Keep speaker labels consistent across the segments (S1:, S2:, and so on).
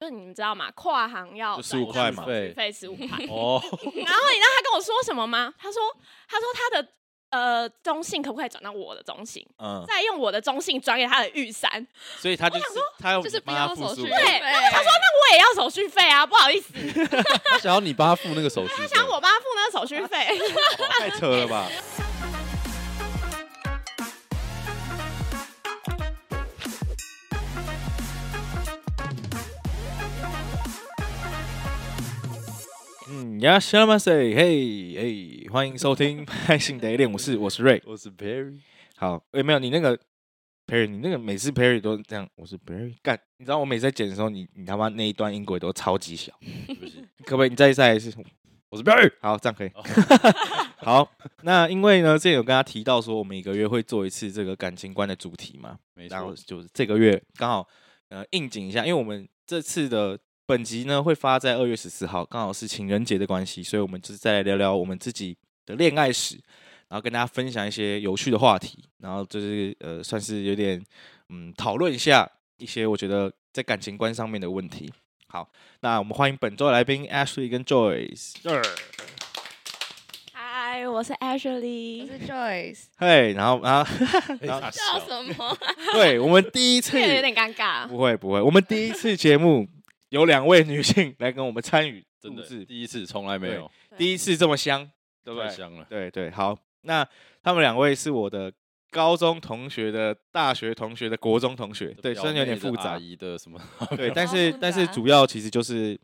S1: 就是你们知道吗？跨行要
S2: 就
S1: 转
S2: 15块嘛
S1: 学费十五块。
S2: 哦，
S1: 然后你知道他跟我说什么吗？他说，他说他的呃中信可不可以转到我的中信，
S2: 嗯，
S1: 再用我的中信转给他的玉山？
S2: 所以他就是他要
S3: 就是不
S2: 帮他
S3: 要
S2: 付
S3: 手
S2: 出
S3: 续，
S1: 对
S3: 费。
S1: 他说那我也要手续费啊，不好意思，
S4: 他想要你帮他付那个手续费，
S1: 想我帮他付那个手续 费。
S2: 太扯了吧？嗯，呀，s h a m a s 嘿嘿，欢迎收听《拍信的练武士》，我是瑞。
S4: 我是 Perry，
S2: 好，诶，没有你那个 Perry，你那个每次 Perry 都这样，我是 Perry 干。你知道我每次在剪的时候，你你他妈那一段音轨都超级小，
S4: 对不起，
S2: 你可不可以你再再来一次？
S4: 我是 Perry。
S2: 好，这样可以。好，那因为呢，之前有跟他提到说，我们每个月会做一次这个感情观的主题嘛，
S4: 没
S2: 然后
S4: 错，
S2: 就是这个月刚好呃应景一下，因为我们这次的本集呢会发在二月十四号，刚好是情人节的关系，所以我们就是再来聊聊我们自己的恋爱史，然后跟大家分享一些有趣的话题，然后就是呃算是有点嗯讨论一下一些我觉得在感情观上面的问题。好，那我们欢迎本周的来宾 Ashley 跟 Joyce。
S1: 嗨，我是 Ashley，
S3: 我是 Joyce，
S2: 嘿，然后然后 然后
S4: 大
S3: 叫
S4: 小
S3: 什么？
S2: 对我们第一次
S1: 这个有点尴尬。
S2: 不会不会，我们第一次节目有两位女性来跟我们参与
S4: 真
S2: 录
S4: 的
S2: 制，
S4: 第一次，从来没有，
S2: 第一次这么香，对不
S4: 太
S2: 对？
S4: 香了。
S2: 对对，好，那他们两位是我的高中同学的、大学同学的、国中同学，对，虽然有点复杂，
S4: 姨的 什么？
S2: 对，但
S3: 好
S2: 是
S3: 复
S2: 但是
S3: 杂
S2: 主要其实就是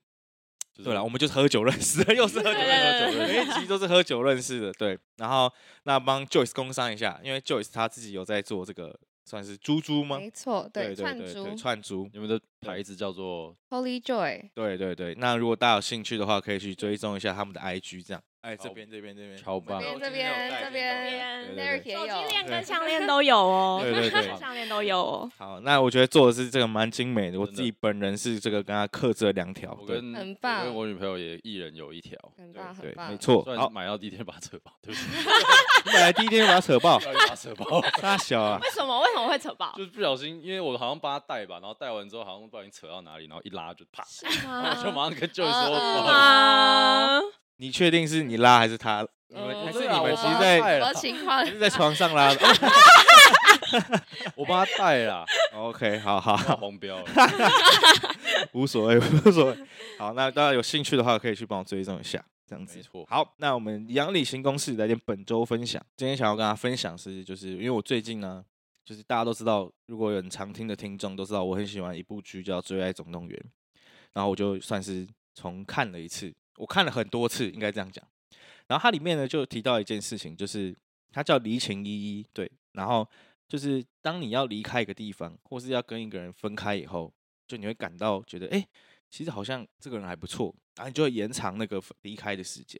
S4: 就是
S2: 对了，我们就是喝酒认识的， 又是喝酒认识
S1: 对
S2: 的，
S1: 对对
S2: 每一集都是喝酒认识的。对，然后那帮 Joyce 工商一下，因为 Joyce 她自己有在做这个算是猪猪吗？
S3: 没错，
S2: 对对
S3: 串
S2: 对
S3: 珠
S2: 对，串珠。
S4: 你们的牌子叫做
S3: Holy Joy，
S2: 对对对，那如果大家有兴趣的话，可以去追踪一下他们的 IG，这样。哎，这
S4: 超
S2: 边这边这边，
S4: 超棒
S2: 我们今
S3: 这
S2: 天
S3: 边
S2: 有带
S3: 这
S2: 领到
S3: 边
S2: 对
S3: 这
S2: 对
S3: 边
S2: 对
S3: ，Eric 也
S1: 手机
S3: 有，
S1: 链跟项链都有哦，
S2: 对对对
S1: 项链都有哦。
S2: 好，那我觉得做的是这个蛮精美的，我
S4: 真
S2: 自
S4: 的
S2: 己本人是这个跟他克制了两条，
S4: 我
S2: 哦对
S4: 跟
S3: 很
S4: 我
S3: 棒
S4: 跟我女朋友也一人有一条，
S3: 很棒
S2: 对
S3: 很，棒，
S2: 没。错。
S4: 虽然是
S2: 好，
S4: 买到第一天把它扯爆，对 不起，
S2: 本来第一天就把他扯爆
S4: 不，小心把它扯爆，
S2: 他小啊，
S1: 为什么为什么会扯爆？
S4: 就是不小心，因为我好像帮他带吧，然后带完之后好像不小心扯到哪里，然后一拉就啪，然
S3: 啊
S4: 后就马上跟舅说
S3: 嗯
S4: 不
S3: 嗯
S4: 好意思，
S1: 吗？
S2: 你确定是你拉还是他？你们
S3: 嗯
S2: 还是
S4: 对
S2: 你
S4: 啊
S2: 们
S4: 我
S2: 其
S4: 帮
S2: 实
S4: 他
S2: 在
S4: 带
S3: 什
S4: 了
S3: 么情况
S2: 其？实在床上拉的。
S4: 我帮他带啦，
S2: 哦 OK，好好，
S4: 他黄标了，
S2: 无所谓，无所谓。好，那大家有兴趣的话，可以去帮我追踪一下，这样子
S4: 没。错
S2: 好，那我们杨理行公式来点本周分享。今天想要跟大家分享是，就是因为我最近呢，就是大家都知道，如果有很常听的听众都知道，我很喜欢一部剧叫《最爱总动员》，然后我就算是重看了一次，我看了很多次，应该这样讲。然后它里面呢就提到一件事情，就是它叫离情依依，对，然后就是当你要离开一个地方，或是要跟一个人分开以后，就你会感到觉得，哎、其实好像这个人还不错，然后你就会延长那个分离开的时间。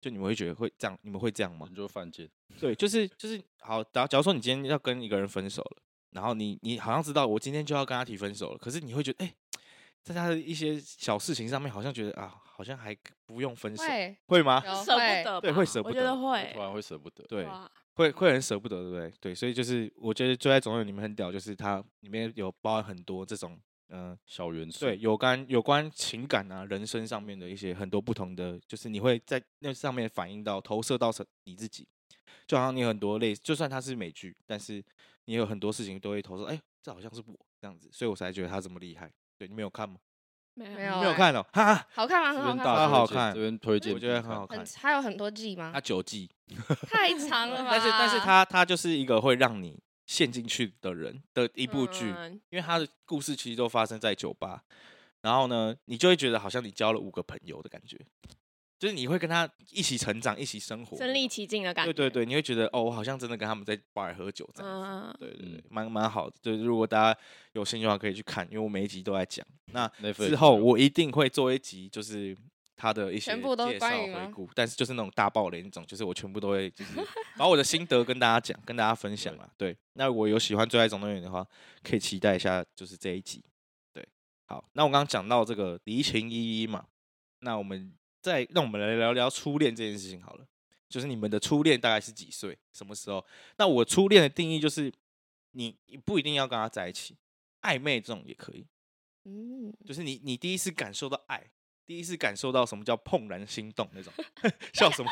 S2: 就你们会觉得会这样，你们会这样吗
S4: 你？就犯贱，
S2: 对，就是就是好，假假如说你今天要跟一个人分手了，然后你你好像知道我今天就要跟他提分手了，可是你会觉得，哎、在他的一些小事情上面，好像觉得啊，好像还不用分手，
S3: 会
S2: 会吗？
S3: 有
S1: 舍
S3: 会
S1: 不得吧，
S2: 对会舍不
S1: 我觉得
S2: 得
S1: 会
S4: 突。然会舍不得，
S2: 对，
S1: 哇
S2: 会会很舍不得，对不对？对，所以就是我觉得《最爱总有你们很屌，就是它里面有包含很多这种嗯、呃
S4: 小元素，
S2: 对，，有关有关情感啊、人生上面的一些很多不同的，就是你会在那上面反映到、投射到成你自己。就好像你有很多类，就算它是美剧，但是你有很多事情都会投射，哎、这好像是我这样子，所以我才觉得他这么厉害。对你没有看吗？
S1: 没
S3: 没有
S2: 你没有
S3: 哎
S2: 看哦，哈哈，
S3: 好看吗？
S4: 这
S3: 很好
S4: 边
S3: 看
S4: 大
S2: 家
S3: 吗，
S2: 好
S4: 推荐
S2: 看
S4: 这边推荐，
S2: 我觉得很好看
S3: 很。还有很多季吗
S2: 它？九季，
S3: 太长了吧？
S2: 但是但是它它就是一个会让你陷进去的人的一
S1: 一
S2: 部剧，
S1: 嗯
S2: 因为他的故事其实都发生在酒吧，然后呢，你就会觉得好像你交了五个朋友的感觉，就是你会跟他一起成长、一起生活，
S1: 身临其境的感觉。
S2: 对对对，你会觉得哦，我好像真的跟他们在 bar 喝酒这样子。
S1: 嗯，
S2: 对对
S4: 嗯
S2: 对，蛮蛮好的。就是如果大家有兴趣的话，可以去看，因为我每一集都在讲。那
S4: Netflix
S2: 之后
S4: 有
S2: 我一定会做一集，就是他的一些
S3: 全部都
S2: 介绍
S3: 关于
S2: 回
S3: 吗
S2: 顾，但是就是那种大爆雷那种，就是我全部都会就是 把我的心得跟大家讲，跟大家分享啦。对，那如果有喜欢《最爱总动员》的话，可以期待一下，就是这一集。对，好，那我刚刚讲到这个离情依依嘛，那我们再让我们来聊聊初恋这件事情好了。就是你们的初恋大概是几岁？什么时候？那我初恋的定义就是，你不一定要跟他在一起，暧昧这种也可以。
S3: 嗯，
S2: 就是你你第一次感受到爱，第一次感受到什么叫怦然心动那种， 笑什么？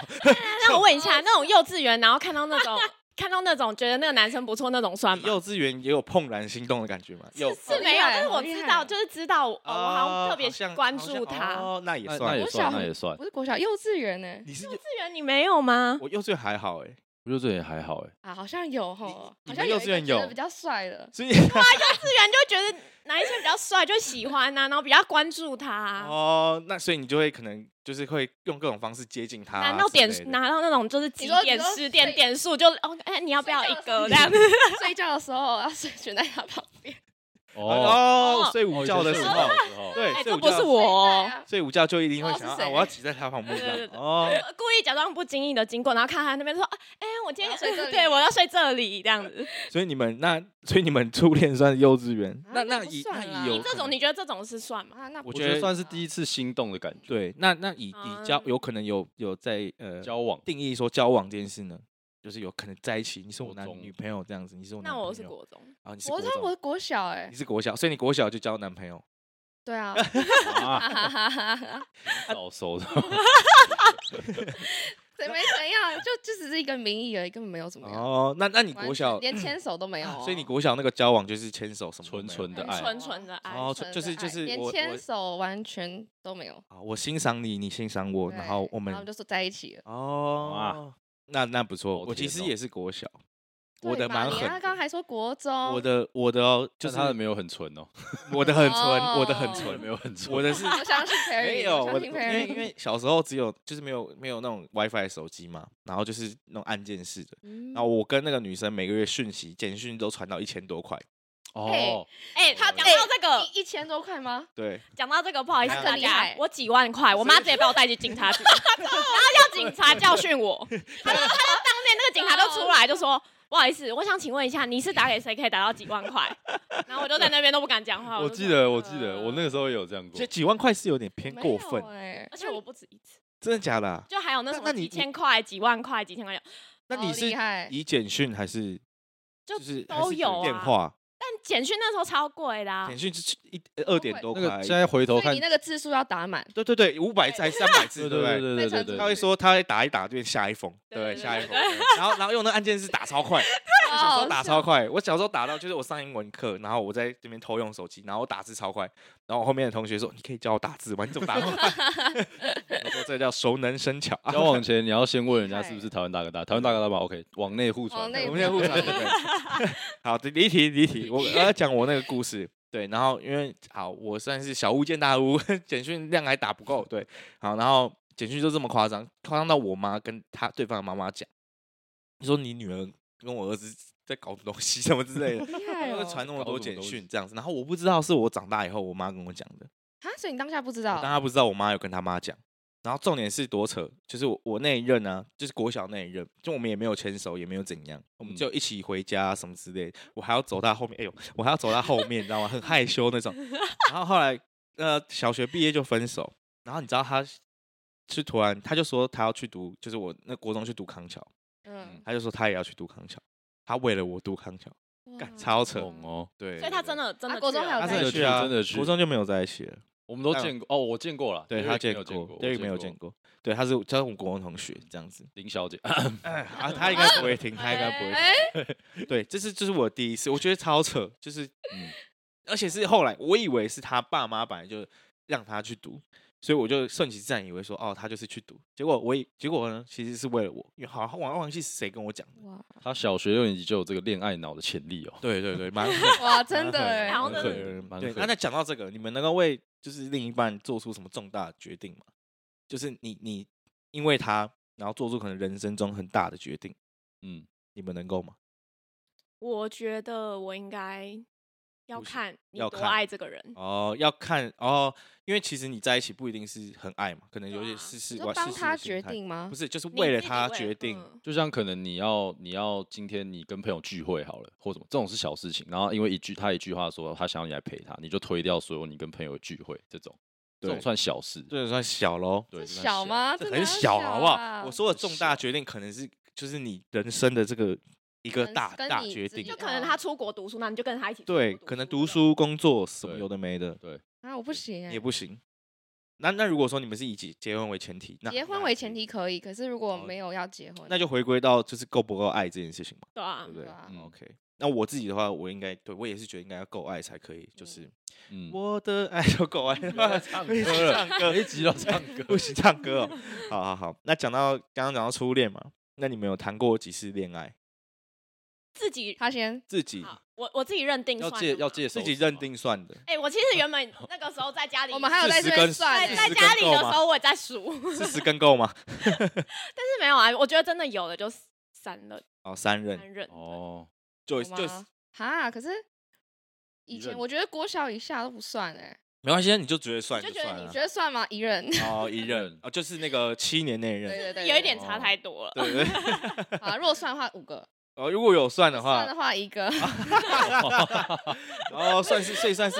S1: 那我问一下，那种幼稚园然后看到那种看到那种觉得那个男生不错那种算吗？
S2: 幼稚园也有怦然心动的感觉吗？有
S1: 是
S3: 好
S1: 没
S3: 厉
S1: 有，
S3: 害
S1: 但是
S3: 好
S1: 我
S3: 厉
S1: 知
S3: 害
S1: 道，就是知道我我好像
S2: 哦
S1: 特别
S2: 像
S1: 关
S2: 好像
S1: 注他。
S2: 哦，那也
S4: 那那
S2: 算
S4: 也
S3: 我
S4: 算，
S3: 想
S4: 那也算，
S3: 不是国小幼稚园呢、
S2: 你是幼
S1: 幼稚园你没有吗？
S2: 我幼稚园还好哎，
S4: 我觉得这也还好哎。
S3: 啊，好像有
S1: 哦
S3: 吼，
S2: 你
S3: 好
S2: 你
S3: 像
S2: 们
S3: 有
S2: 幼
S3: 一
S2: 稚
S3: 个
S2: 园
S3: 觉得
S2: 有
S3: 比较帅的，
S2: 所以
S1: 幼稚园就觉得哪一些比较帅就喜欢啊呐、然后比较关注他、啊
S2: 哦，那所以你就会可能就是会用各种方式接近他啊之类的，
S1: 拿到点拿到那种就是几
S3: 你说
S1: 点
S3: 你说
S1: 十点
S3: 睡
S1: 点数就哦，哎、你要不要一个这样？
S3: 睡觉的时候要睡卷在他旁边。
S4: 哦，
S2: 哦
S1: 哦，
S2: 睡
S4: 哦
S2: 午
S4: 以前
S2: 觉的
S4: 睡
S2: 时
S4: 午
S2: 候
S4: 觉，的时候
S2: 对
S1: 哎，
S2: 睡
S1: 这
S2: 午
S1: 不
S2: 觉
S1: 是我哦、
S2: 睡午觉就一定会
S3: 哦
S2: 想要
S3: 是
S2: 啊，
S3: 谁
S2: 我要挤在他旁边这样
S1: 对对对
S2: 哦，
S1: 故意假装不经意的经过，然后看他那边说，啊哎、我今天
S3: 我要睡这 里
S1: 对我要睡这里这样子。
S2: 所以你们那所以你们初恋算是幼稚园，
S3: 啊
S2: 那
S3: 那
S2: 那
S3: 不
S2: 以
S3: 算啦
S2: 那以有
S3: 你
S1: 这
S2: 可能
S1: 种你觉得这种是算吗？
S3: 啊，那
S2: 我
S4: 我
S2: 觉
S4: 觉
S2: 得
S4: 得算是第一次心动的感觉。
S2: 对，那那以以交
S1: 啊
S2: 有可能有有在呃
S4: 交 往
S2: 定义说交往这件事呢，就是有可能在一起，你是我
S4: 国
S2: 男
S4: 中
S2: 女朋友这样子，你是我男
S1: 那
S2: 朋友，
S1: 我是国中，
S2: 啊，你是
S3: 我
S2: 国
S3: 知道我
S2: 中，
S3: 是国小哎、
S2: 你是国小，所以你国小就交男朋友，
S3: 对啊，
S4: 啊，早熟的，
S3: 怎没怎样，就就只是一个名义而已，根本没有怎么样。
S2: 哦，那那你
S3: 完
S2: 国
S3: 全
S2: 小，啊
S3: 连牵手都没有哦、
S2: 所以你国小那个交往就是牵手什么都没
S4: 纯
S2: 有
S4: 纯的爱，
S1: 纯纯的爱
S2: 哦
S3: 纯
S2: 就是
S3: 纯的
S2: 就
S3: 爱
S2: 是
S3: 连
S2: 我我
S3: 牵手完全都没有。
S2: 啊，我欣赏你，你欣赏我，然
S3: 对
S2: 后我们
S3: 然后就说在一起了。
S2: 哦，那那不错，
S4: 好
S2: 我其
S4: 甜
S2: 实
S4: 哦
S2: 也是国小，我的
S3: 对嘛
S2: 蛮
S3: 你啊
S2: 狠
S3: 刚刚
S2: 的。
S3: 还说国中，
S2: 我的我的哦，就
S4: 就是是他的没有很纯哦，
S2: 我的很纯，我的很
S3: 哦
S4: 纯
S2: 纯
S4: 没，有很纯，
S2: 我的是
S3: 我相信 Perry，
S2: 没有，
S3: 我
S2: 我的
S3: 相信
S2: 因为
S3: Perry，
S2: 因为小时候只有就是没有没有那种 WiFi 手机嘛，然后就是那种按键式的，
S3: 嗯
S2: 然后我跟那个女生每个月讯息、简讯都传到一千多块，
S4: 哦，
S1: 哎、
S4: 他
S1: 讲到这个，
S3: 一一千多块吗？
S2: 对，
S1: 讲到这个，不好意思
S2: 他
S1: 大
S3: 很厉
S1: 家
S3: 害，
S1: 我几万块，我妈直接把我带去警察 局，然后要警察教训我。她说，她说当面那个警察都出来就说。不好意思，我想请问一下，你是打给谁可以打到几万块？ 然后我就在那边都不敢讲话。
S4: 我
S1: 就
S4: 记
S1: 说呃
S4: 得我记得我那个时候也有这样过
S2: 这，几万块是有点偏
S3: 没
S2: 过
S3: 有
S2: 分，
S3: 哎，
S1: 而且我不止一次，
S2: 真的假的啊？
S1: 就还有那
S2: 那
S1: 什么
S2: 那你
S1: 几
S2: 你
S1: 千块、几万块、几千块，
S2: 那
S3: 好
S2: 你是
S3: 厉害，欸
S2: 以简讯还是
S1: 就是
S2: 还
S1: 都
S2: 是
S1: 有
S2: 电
S1: 啊
S2: 话？
S1: 但简讯那时候超贵的、啊
S2: 简，讯是一二点多
S4: 那
S2: 块
S4: 个，现在回头
S3: 所以
S4: 看
S3: 你，那个字数要打 满，
S2: 对对对，五百字还是三百字，
S4: 对
S2: 不
S4: 对
S2: 对？
S4: 对对对对，
S2: 他会说他会打一打就变下一封，
S1: 对
S2: 对，
S1: 对
S2: 下一
S1: 对
S2: 封，然后然后用那按键是打超快，我小
S3: 哦
S2: 时候打超快，我小时候打到就是我上英文课，然后我在这边偷用手机，然后我打字超快，然后我后面的同学说你可以教我打字吗？你怎么打那么快？ 我说这叫熟能生巧。
S4: 交往前你要先问人家是不是台湾大哥大，台湾大哥大吧，OK，往内互传
S3: 往内
S4: 的，
S2: 我们现在互传对不对？好，离题离题，我我要讲我那个故事。对，然后因为好，我算是小巫见大巫，简讯量还打不够。对，好，然后简讯就这么夸张，夸张到我妈跟她对方的妈妈讲，你说你女儿跟我儿子在搞什么东西什么之类的，
S3: 厉
S2: 他们
S3: 害
S1: 哎
S3: 哦
S2: 会传那么
S4: 搞
S2: 多
S4: 什么
S2: 简
S4: 东
S2: 讯
S4: 西
S2: 这样子。然后我不知道是我长大以后我妈跟我讲的，
S3: 啊！所以你当下不知
S2: 我
S3: 道
S2: 当他不知道我妈有跟他妈讲。然后重点是多扯，就是我我那一任呢、就是国小那一任，就我们也没有牵手，也没有怎样，我们
S4: 嗯
S2: 就一起回家、啊什么之类的。我还要走他后面，哎呦，我还要走他后面，你知道吗？很害 羞那种。然后后来呃，小学毕业就分手。然后你知道他是突然，他就说他要去读，就是我那国中去读康桥，
S3: 嗯，
S2: 他就说他也要去读康桥，他为了我读康桥，嗯干
S3: 哇
S2: 超扯
S4: 懂哦，
S2: 对，
S1: 所以他真的真的去了。
S3: 啊国中还有
S2: 他真的
S4: 在
S2: 去
S4: 啊
S2: 啊，
S4: 真的去
S2: 国中就没有在一起了。
S4: 我们都见过哦，我见过了，
S2: 对
S4: Derek
S2: 他
S4: 没
S2: 见
S4: 有见
S2: 过
S4: 过，
S2: ，Derek 没有见过，对，他是他是我国文同学这样子，
S4: 林小姐，
S2: 啊，他应该不会听，他应该不会
S3: 哎
S2: 听，对，这是这是我第一次，我觉得超扯，就是
S4: 嗯
S2: 而且是后来我以为是他爸妈本来就让他去读，所以我就顺其自然以为说哦他就是去读，结果我以结果呢其实是为了我，因为好像忘忘记是谁跟我讲的，
S3: 哇
S4: 他小学六年级就有这个恋爱脑的潜力哦。
S2: 对对对，蛮狠
S3: 哇，真的
S2: 蛮狠
S3: 哎
S1: 然，后
S4: 蛮
S1: 呢
S4: 狠的，
S2: 欸
S4: 蛮
S2: 对，
S4: 狠
S2: 那
S4: 的。
S2: 那讲到这个，你们能够为就是另一半做出什么重大的决定吗？就是你你因为他，然后做出可能人生中很大的决定，
S4: 嗯，
S2: 你们能够吗？
S1: 我觉得我应该要
S2: 不行
S1: 看你
S2: 要
S1: 多
S2: 看
S1: 爱这个人。
S2: 哦，要看哦，因为其实你在一起不一定是很爱嘛，可能有
S1: 对
S2: 些
S1: 啊
S2: 是
S3: 你
S2: 是
S3: 说
S2: 我
S3: 帮他决，定啊吗
S2: 不？是就是
S1: 你
S2: 为了
S1: 自己
S2: 他
S1: 为
S2: 决定，
S1: 嗯
S4: 就像可能你要你要今天你跟朋友聚会好了，或什么这种是小事情，然后因为一句他一句话说他想要你来陪他，你就推掉所有你跟朋友的聚会这种，这种
S2: 对
S4: 算小事。
S2: 这也算小喽，
S4: 对，这算
S3: 小？吗？
S2: 这
S3: 这
S2: 很
S3: 哪
S2: 小好不
S3: 啊
S2: 好？我说的
S4: 很
S2: 重大
S4: 小
S2: 决定可能是就是你人生的这个一个
S3: 跟
S2: 大
S3: 跟
S2: 大
S3: 你
S2: 决
S3: 自己
S2: 定啊
S1: 就
S3: 的，
S1: 可能他出国读书，那你就跟着他一起出
S2: 对，
S1: 国
S2: 可能读
S1: 这样
S2: 书、工作什么
S4: 对
S2: 有的没的，
S4: 对，
S3: 啊，我不行哎、
S2: 也不行。那那如果说你们是以结结婚为前提，那
S3: 结婚
S2: 那
S3: 为
S2: 还
S3: 前
S2: 可以，
S3: 提可以，可是如果
S2: 哦
S3: 没有要结婚，
S2: 那就回归到就是够不够爱这件事情嘛，
S1: 对啊
S2: 对，不
S3: 对
S2: 对
S3: 啊
S4: 嗯
S2: ？OK。那我自己的话，我应该对我也是觉得应该要够爱才可以，就是
S4: 嗯，
S2: 我的爱就够爱，
S4: 唱
S2: 一起
S4: 歌了
S2: 唱歌，
S4: 每一集都唱歌
S2: 不行唱歌哦。好好好，那讲到刚刚讲到初恋嘛，那你们有谈过几次恋爱？
S1: 自己
S3: 他先
S2: 自己
S1: 好，我我自己认定
S4: 要
S1: 算
S4: 借
S1: 了
S4: 要
S1: 嘛
S4: 借手
S2: 自己
S4: 指
S2: 认
S4: 吗，
S2: 定算的，
S1: 哎、我其实原 本那个时候在家里，
S3: 我们还有在这
S2: 40
S3: 边
S2: 跟
S3: 算、
S1: 对
S2: 40
S1: 在
S3: 欸，
S2: 跟
S1: 家里的
S2: 够吗
S1: 时候我也在数，
S2: 四十根够吗？
S1: 但是没有啊，我觉得真的有的就删了，
S2: 哦，三任
S1: 删认。
S4: 哦，
S2: 就
S3: 有
S2: 就
S3: 吗哈，可是以
S4: 一
S3: 前
S4: 任
S3: 我觉得国小以下都不算哎、
S2: 没关系，你就觉得算
S1: 就觉得
S2: 算
S1: 你
S2: 了
S3: 你觉。得算吗？一任，
S2: 哦，一 任哦，就是那个七年那一
S3: 对
S2: 任，
S3: 对对，
S1: 有一
S3: 对
S1: 点
S4: 对
S1: 差太多了。
S2: 对对对。
S3: 啊。如果算的话，五个，
S2: 哦，如果有算的
S3: 算
S2: 话
S3: 的，话 一个，
S2: 哦，算是所以算是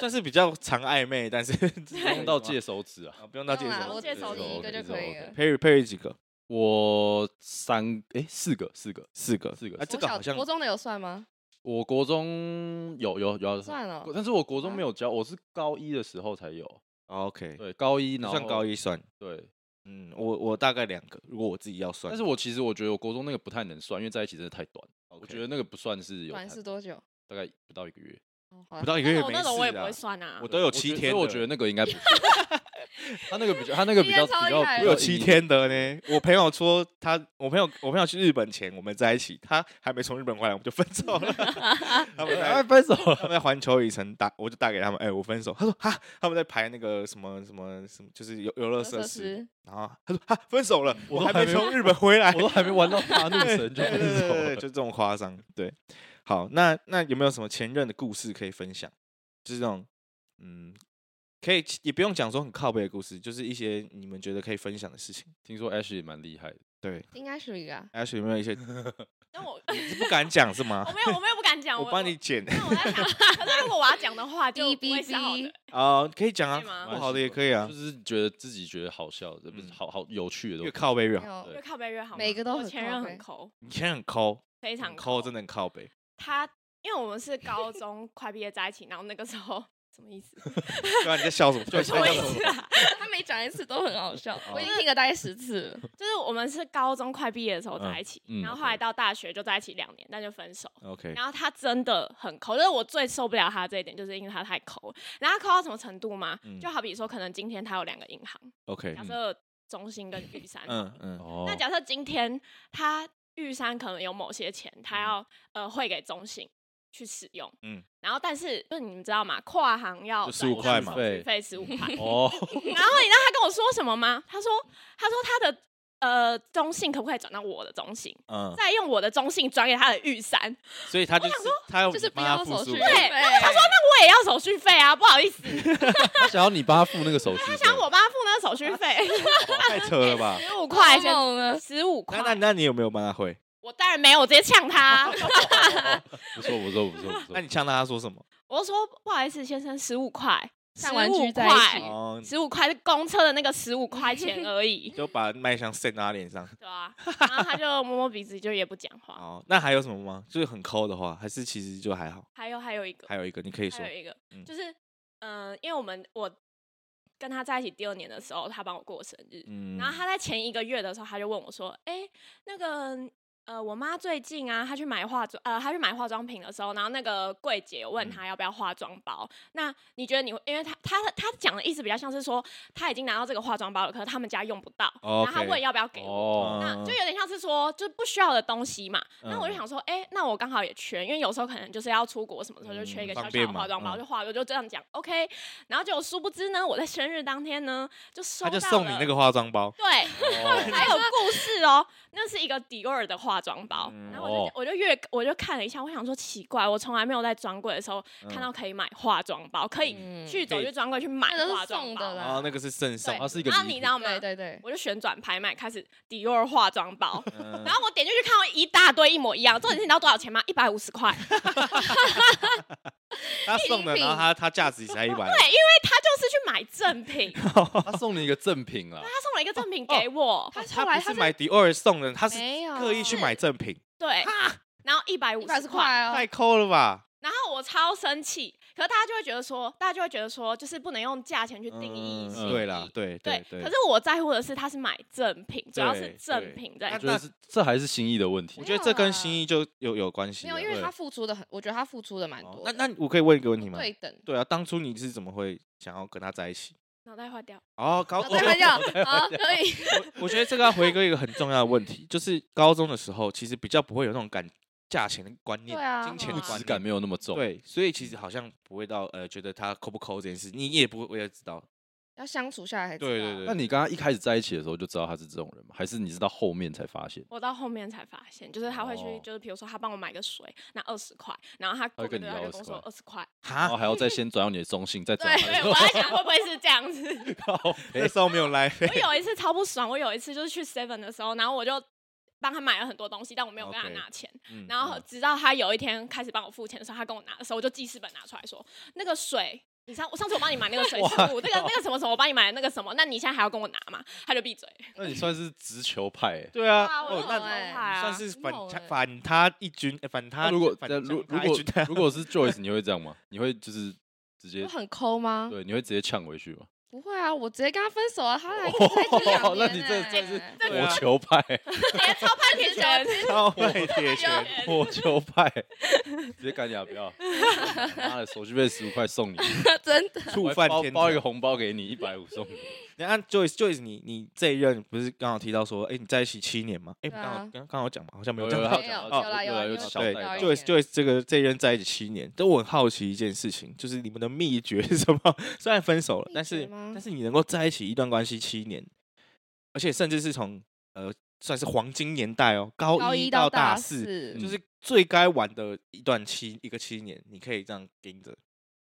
S2: 算是比较常暧昧，但是不
S4: 不用到借手指啊，
S2: 啊，不用到
S3: 不
S2: 借
S3: 用啦
S2: 手指，
S3: 我借手
S4: 指
S3: 一
S4: 一
S3: 个
S4: 个
S3: 就
S4: 就
S3: 可
S4: 可
S3: 以
S4: 以
S3: 了
S4: 了。
S2: Perry Perry 几个？
S4: 我三哎四个四个，
S2: 四个，
S4: 四个
S2: 啊，这个好像
S3: 国中的有算吗？
S4: 我国中有有有要
S3: 算了
S4: 国但是我国中
S3: 啊
S4: 没有教，我是高一的时候才有。
S2: 哦 OK，
S4: 对，高一
S2: 不
S4: 然后
S2: 算高一算。
S4: 对，
S2: 嗯，我我大概两个，如果我自己要算，
S4: 但是我其实我觉得我国中那个不太能算，因为在一起真的太短。我
S2: OK
S4: 觉得那个不算是有
S3: 短
S4: 谈，
S3: 是多久？
S4: 大概不到一个月。
S3: 哦好
S2: 不
S3: 啦
S2: 到一个
S1: 那
S2: 月
S1: 种
S2: 没
S1: 那种我也不会
S2: 事啊，
S1: 算啊
S2: 我，
S4: 对
S2: 都有
S4: 觉
S2: 七
S4: 得
S2: 天
S4: 所以我
S2: 的
S4: 觉得那个应该不是。他那个比较，他那个
S3: 七
S4: 比
S3: 天
S4: 较比
S3: 超厉
S4: 较，
S3: 害
S4: 比
S2: 我有
S4: 较
S2: 七
S4: 隐秘
S2: 天的呢。我朋友说他，我朋友我朋友去日本前我们在一起，他还没从日本回来我们就分手 了。他们
S4: 哎，
S2: 在
S4: 分手
S2: 他
S4: 了。
S2: 们在环球影城打，我就打给他们，哎、我分手。他说哈，他们在排那个什么什么什么，就是游游乐设施。，然后他说哈，分手了，我
S4: 我都
S2: 还
S4: 还
S2: 没
S4: 没
S2: 从日本回来。
S4: 我都还没玩到发怒
S2: 对
S4: 神就
S2: 对对
S4: 分
S2: 对对
S4: 手
S2: 对
S4: 了
S2: 就。这种夸张。对，好，那那有没有什么前任的故事可以分享？就是这种，嗯，可以也不用讲说很靠背的故事，就是一些你们觉得可以分享的事情。
S4: 听说 Ash 也蛮厉害的，
S2: 对
S3: 应该属于啊。
S2: ，Ash 有没有 一些
S1: 但我
S2: 你不敢讲是吗
S1: 我？没有我没有不敢讲，
S2: 我帮你。剪
S1: 那我在想， 可是如果我要讲的话，就
S3: 哔
S1: 不会
S3: 哔
S1: 是好
S3: 哔
S1: 的。，
S2: 哦，可以讲
S1: 可以
S2: 啊，
S1: 吗
S2: 不好的也可以啊
S4: 就，是觉得自己觉得好笑，的，不是
S2: 嗯
S4: 好好有趣的
S2: 越
S4: 东西。
S2: 靠背越
S3: 没
S2: 好。
S3: 有
S4: 对
S1: 越靠背越好吗。
S3: 每个都
S1: 我
S3: 很
S1: 前
S3: 靠
S1: 任
S3: 背
S1: 很抠，
S2: 以前很抠，
S1: 非常
S2: 很嗯抠，真
S1: 的。
S2: 的很 靠背。
S1: 他因为我们是高中快毕业在一起，然后那个时候什么意思？
S2: 对啊，你在 笑什么？
S4: 就
S2: 对
S1: 什么意
S2: 在笑什
S1: 思
S2: 么？
S1: 啊？
S3: 他每讲一次都很好
S2: 哦
S3: 笑，我已经听了大概十次了。
S1: 就是我们是高中快毕业的时候在一起，
S4: 嗯嗯
S1: 然后后来到大学就在一起两年，但就分手。
S2: OK，
S1: 然后他真的很抠，就是我最受不了他这一点，就是因为他太抠。然后他抠到什么程度吗？
S2: 嗯
S1: 就好比说，可能今天他有两个银行，
S2: OK，
S1: 假设中心跟玉山，
S2: 嗯嗯，
S4: 哦
S1: 那假设今天他玉山可能有某些钱，他要、呃汇给中信去使用，
S2: 嗯
S1: 嗯，然后但是就是你们知道吗？跨行要
S2: 就15块嘛
S1: 对，费十五块。然后你知道
S4: 哦，
S1: 他跟我说什么吗？他说他说他的呃中信可不可以转到我的中信，
S2: 嗯，
S1: 再用我的中信转给他的玉山？
S2: 所以他就是他要
S3: 就是
S2: 你
S3: 不
S2: 帮他
S3: 要
S2: 付
S3: 手
S2: 出
S3: 续，
S1: 对哎他说那我也要手续费啊，不好意思，
S4: 他想要你帮他付那 个手续费，
S1: 想我帮他付那个手续费
S2: 哦太扯 了吧？
S1: 十五块
S3: 好
S1: 钱，
S3: 猛啊！
S1: 十五
S2: 那那
S1: 块，
S2: 那你有没有帮他汇？
S1: 我当然没有，我直接呛 他。啊
S4: 不错不错不错不错
S2: 那。你呛他他说什么？
S1: 我就说不好意思，先生，十五块，十
S3: 上玩具
S1: 五
S3: 在一起
S1: 块，
S2: 哦，
S1: 十五块是公车的那个十五块钱而已
S2: ，就把麦香扇到他脸上。
S1: 对啊？然后他就摸摸鼻子，就也不讲话。
S2: 哦，那还有什么吗？就是很抠的话，还是其实就还好。
S1: 还有还有一个，
S2: 还有一个你可以说
S1: 还有一个
S2: 嗯
S1: 就是，嗯、因为我们我跟他在一起第二年的时候，他帮我过生日，
S2: 嗯
S1: 然后他在前一个月的时候，他就问我说：“哎、那个呃，我妈最近啊，她去买化妆，呃，她去买化妆品的时候，然后那个柜姐
S2: 嗯
S1: 问她要不要化妆包。那你觉得你会，因为她她她讲的意思比较像是说，她已经拿到这个化妆包了，可是他们家用不到然后她
S2: OK
S1: 问要不要给我。
S4: 哦，
S1: 那
S2: 嗯
S1: 就有点像是说，就不需要的东西嘛。那我就
S2: 嗯
S1: 想说，哎、那我刚好也缺，因为有时候可能就是要出国什么的时候就缺一
S2: 嗯
S1: 个
S2: 方
S1: 小小
S2: 便
S1: 的
S2: 嘛
S1: 化妆包，
S2: 嗯
S1: 就化，我就这样讲，OK。然后就殊不知呢，我在生日当天呢，就收
S2: 他
S1: 到
S2: 就送你
S1: 了
S2: 那个化哦 妆包，
S1: 对，还有故事哦。那是一个迪奥的化妆包，
S2: 嗯
S1: 然后我就
S4: 哦
S1: 我就越我就看了一下，我想说奇怪，我从来没有在专柜的时候看到可以买化妆包，可以
S3: 嗯
S1: 去走
S2: 嗯可以
S1: 去专柜去买
S3: 那都是
S1: 化妆
S3: 送
S1: 包
S3: 的啦
S2: 哦，那个是赠送
S1: 对，
S4: 它是一个
S1: 然后你
S4: 礼
S1: 知
S4: 品
S1: 道吗？
S3: 对对
S2: 哦
S3: 对，
S1: 我就旋转拍卖，开始迪奥化妆包，
S2: 嗯
S1: 然后我点进去看到一大堆一模一样，重点是你知道多少钱吗？一百五十块，因为
S2: 他送的，
S3: 礼品
S2: 然后他他价值才一百，
S1: 他就是去买赠品，他
S4: 嗯他送你一个赠品啦，
S1: 送了一个赠品给我，
S3: 他后
S2: 他
S3: 来
S2: 不
S3: 他
S2: 是买迪奥送的，他是
S3: 没有哎
S2: 刻意去买赠品，
S1: 对，然后一百五
S3: 一百
S1: 十
S3: 十
S1: 块，
S3: 块哦，
S2: 太抠了吧？
S1: 然后我超生气，可是大家就会觉得说，大家就会觉得说，就是不能用价钱去定义
S2: 嗯
S1: 吸
S4: 嗯
S1: 引
S2: 对
S1: 力
S2: 啦，对
S1: 对
S2: 对。
S1: 可是我在乎的是，他是买正品，主要是
S2: 对对
S1: 正品在
S2: 那
S4: 我觉得是这还是心意的问题
S2: 我
S3: 没。
S2: 觉得
S3: 有
S2: 这跟
S3: 啦
S2: 心意就有有关系
S3: 没
S2: 了。
S3: 有，因为
S2: 对
S3: 他付出的很，我觉得他付出的蛮
S2: 哦
S3: 多
S2: 那
S3: 的。
S2: 那我可以问一个问题吗？
S3: 对等，
S2: 对啊，当初你是怎么会想要跟他在一起？
S1: 脑袋坏掉。
S2: 哦，高
S3: 好，再换掉，好，哦可以。
S2: 我觉得这个要回归一个很重要的问题，就是高中的时候其实比较不会有那种感价钱的观念，
S3: 对啊
S2: 金钱
S3: 物
S2: 的
S3: 质
S2: 观
S4: 质感
S2: 念。
S4: 没有那么重。
S2: 对，所以
S4: 嗯
S2: 其实好像不会到呃，觉得他抠不抠这件事，你也不会也知道。
S3: 要相处下来才知道。
S2: 对对对，
S4: 那你刚刚一开始在一起的时候就知道他是这种人吗？还是你是到后面才发现？
S1: 我到后面才发现，就是他会去，
S4: 哦
S1: 就是比如说他帮我买个水，那二十块，然后他
S4: 他会
S1: 过
S4: 跟
S1: 个
S4: 你
S1: 月他
S4: 要
S1: 就跟我说二十块，
S4: 然后
S2: 哈，
S4: 还要再先转到你的中信，再
S1: 对
S4: 转到
S1: 对，
S4: 他
S1: 我
S4: 的
S1: 在想会不会是这样子。
S4: 靠
S2: 那
S4: 背。
S2: 时候没有来，
S1: 我有一次超不爽，我有一次就是去 Seven 的时候，然后我就帮他买了很多东西，但我没有跟他
S2: OK
S1: 拿钱。
S2: 嗯
S1: 然后直到他有一天开始帮我付钱的时候，他跟我拿的时候，我就记事本拿出来说，那个水。你上我上次我帮你买那个水是我那个那个什么什么，我帮你买的那个什么，那你现在还要跟我拿嘛？他就闭嘴。
S4: 那你算是直球派欸。
S2: 对啊，
S1: 哇我
S2: 哦，
S1: 很
S2: 那
S1: 猛
S2: 你
S1: 欸
S2: 算
S1: 啊
S2: 是
S3: 很
S2: 反
S3: 猛
S2: 他
S3: 欸
S2: 反他一军，哎反他
S4: 那如果
S2: 反
S4: 那如
S2: 将
S4: 如
S2: 他一
S4: 果
S2: 军啊
S4: 如果是 Joyce，你会这样吗？你会就是直接
S3: 我很抠吗？
S4: 对，你会直接呛回去吗？
S3: 不会啊，我直接跟他分手啊，他还
S2: 哦
S3: 在 一起两
S4: 那
S3: 年
S4: 你
S3: 呢
S4: 这真是
S1: 这
S2: 对啊
S4: 火 球派欸，
S1: 哎，超潘铁拳，
S2: 超会铁拳，
S4: 火球派欸，直接干你啊！不要，妈的，手续费十五块送你，
S3: 真的
S2: 触
S4: 我还
S2: 犯
S4: 包
S2: 天
S4: 包一
S2: 条
S4: 个红包给你，一百五送你。
S2: 你看 Joyce Joyce，你你这一任不是刚好提到说，哎、你在一起七年吗？哎、
S3: 对
S2: 刚好
S3: 啊
S2: 刚刚好讲嘛，好像没
S4: 有
S2: 有讲
S4: 有
S2: 到。
S3: 没有
S4: 哦
S3: 有啦有啦
S4: 有
S3: 有
S4: 小
S3: 有
S2: 对
S4: 带到
S3: 有
S2: ，Joyce Joyce 这个这一任在一起七年，但我很好奇一件事情，就是你们的秘诀是什么？ 虽然分手了，
S3: 秘
S2: 但是
S3: 诀吗
S2: 但是你能够在一起一段关系七年，而且甚至是从呃算是黄金年代哦，高
S3: 高
S2: 一
S3: 一
S2: 到
S3: 到
S2: 大
S3: 大
S2: 四，
S3: 四嗯
S2: 就是最该玩的一段七一个七年，你可以这样盯着。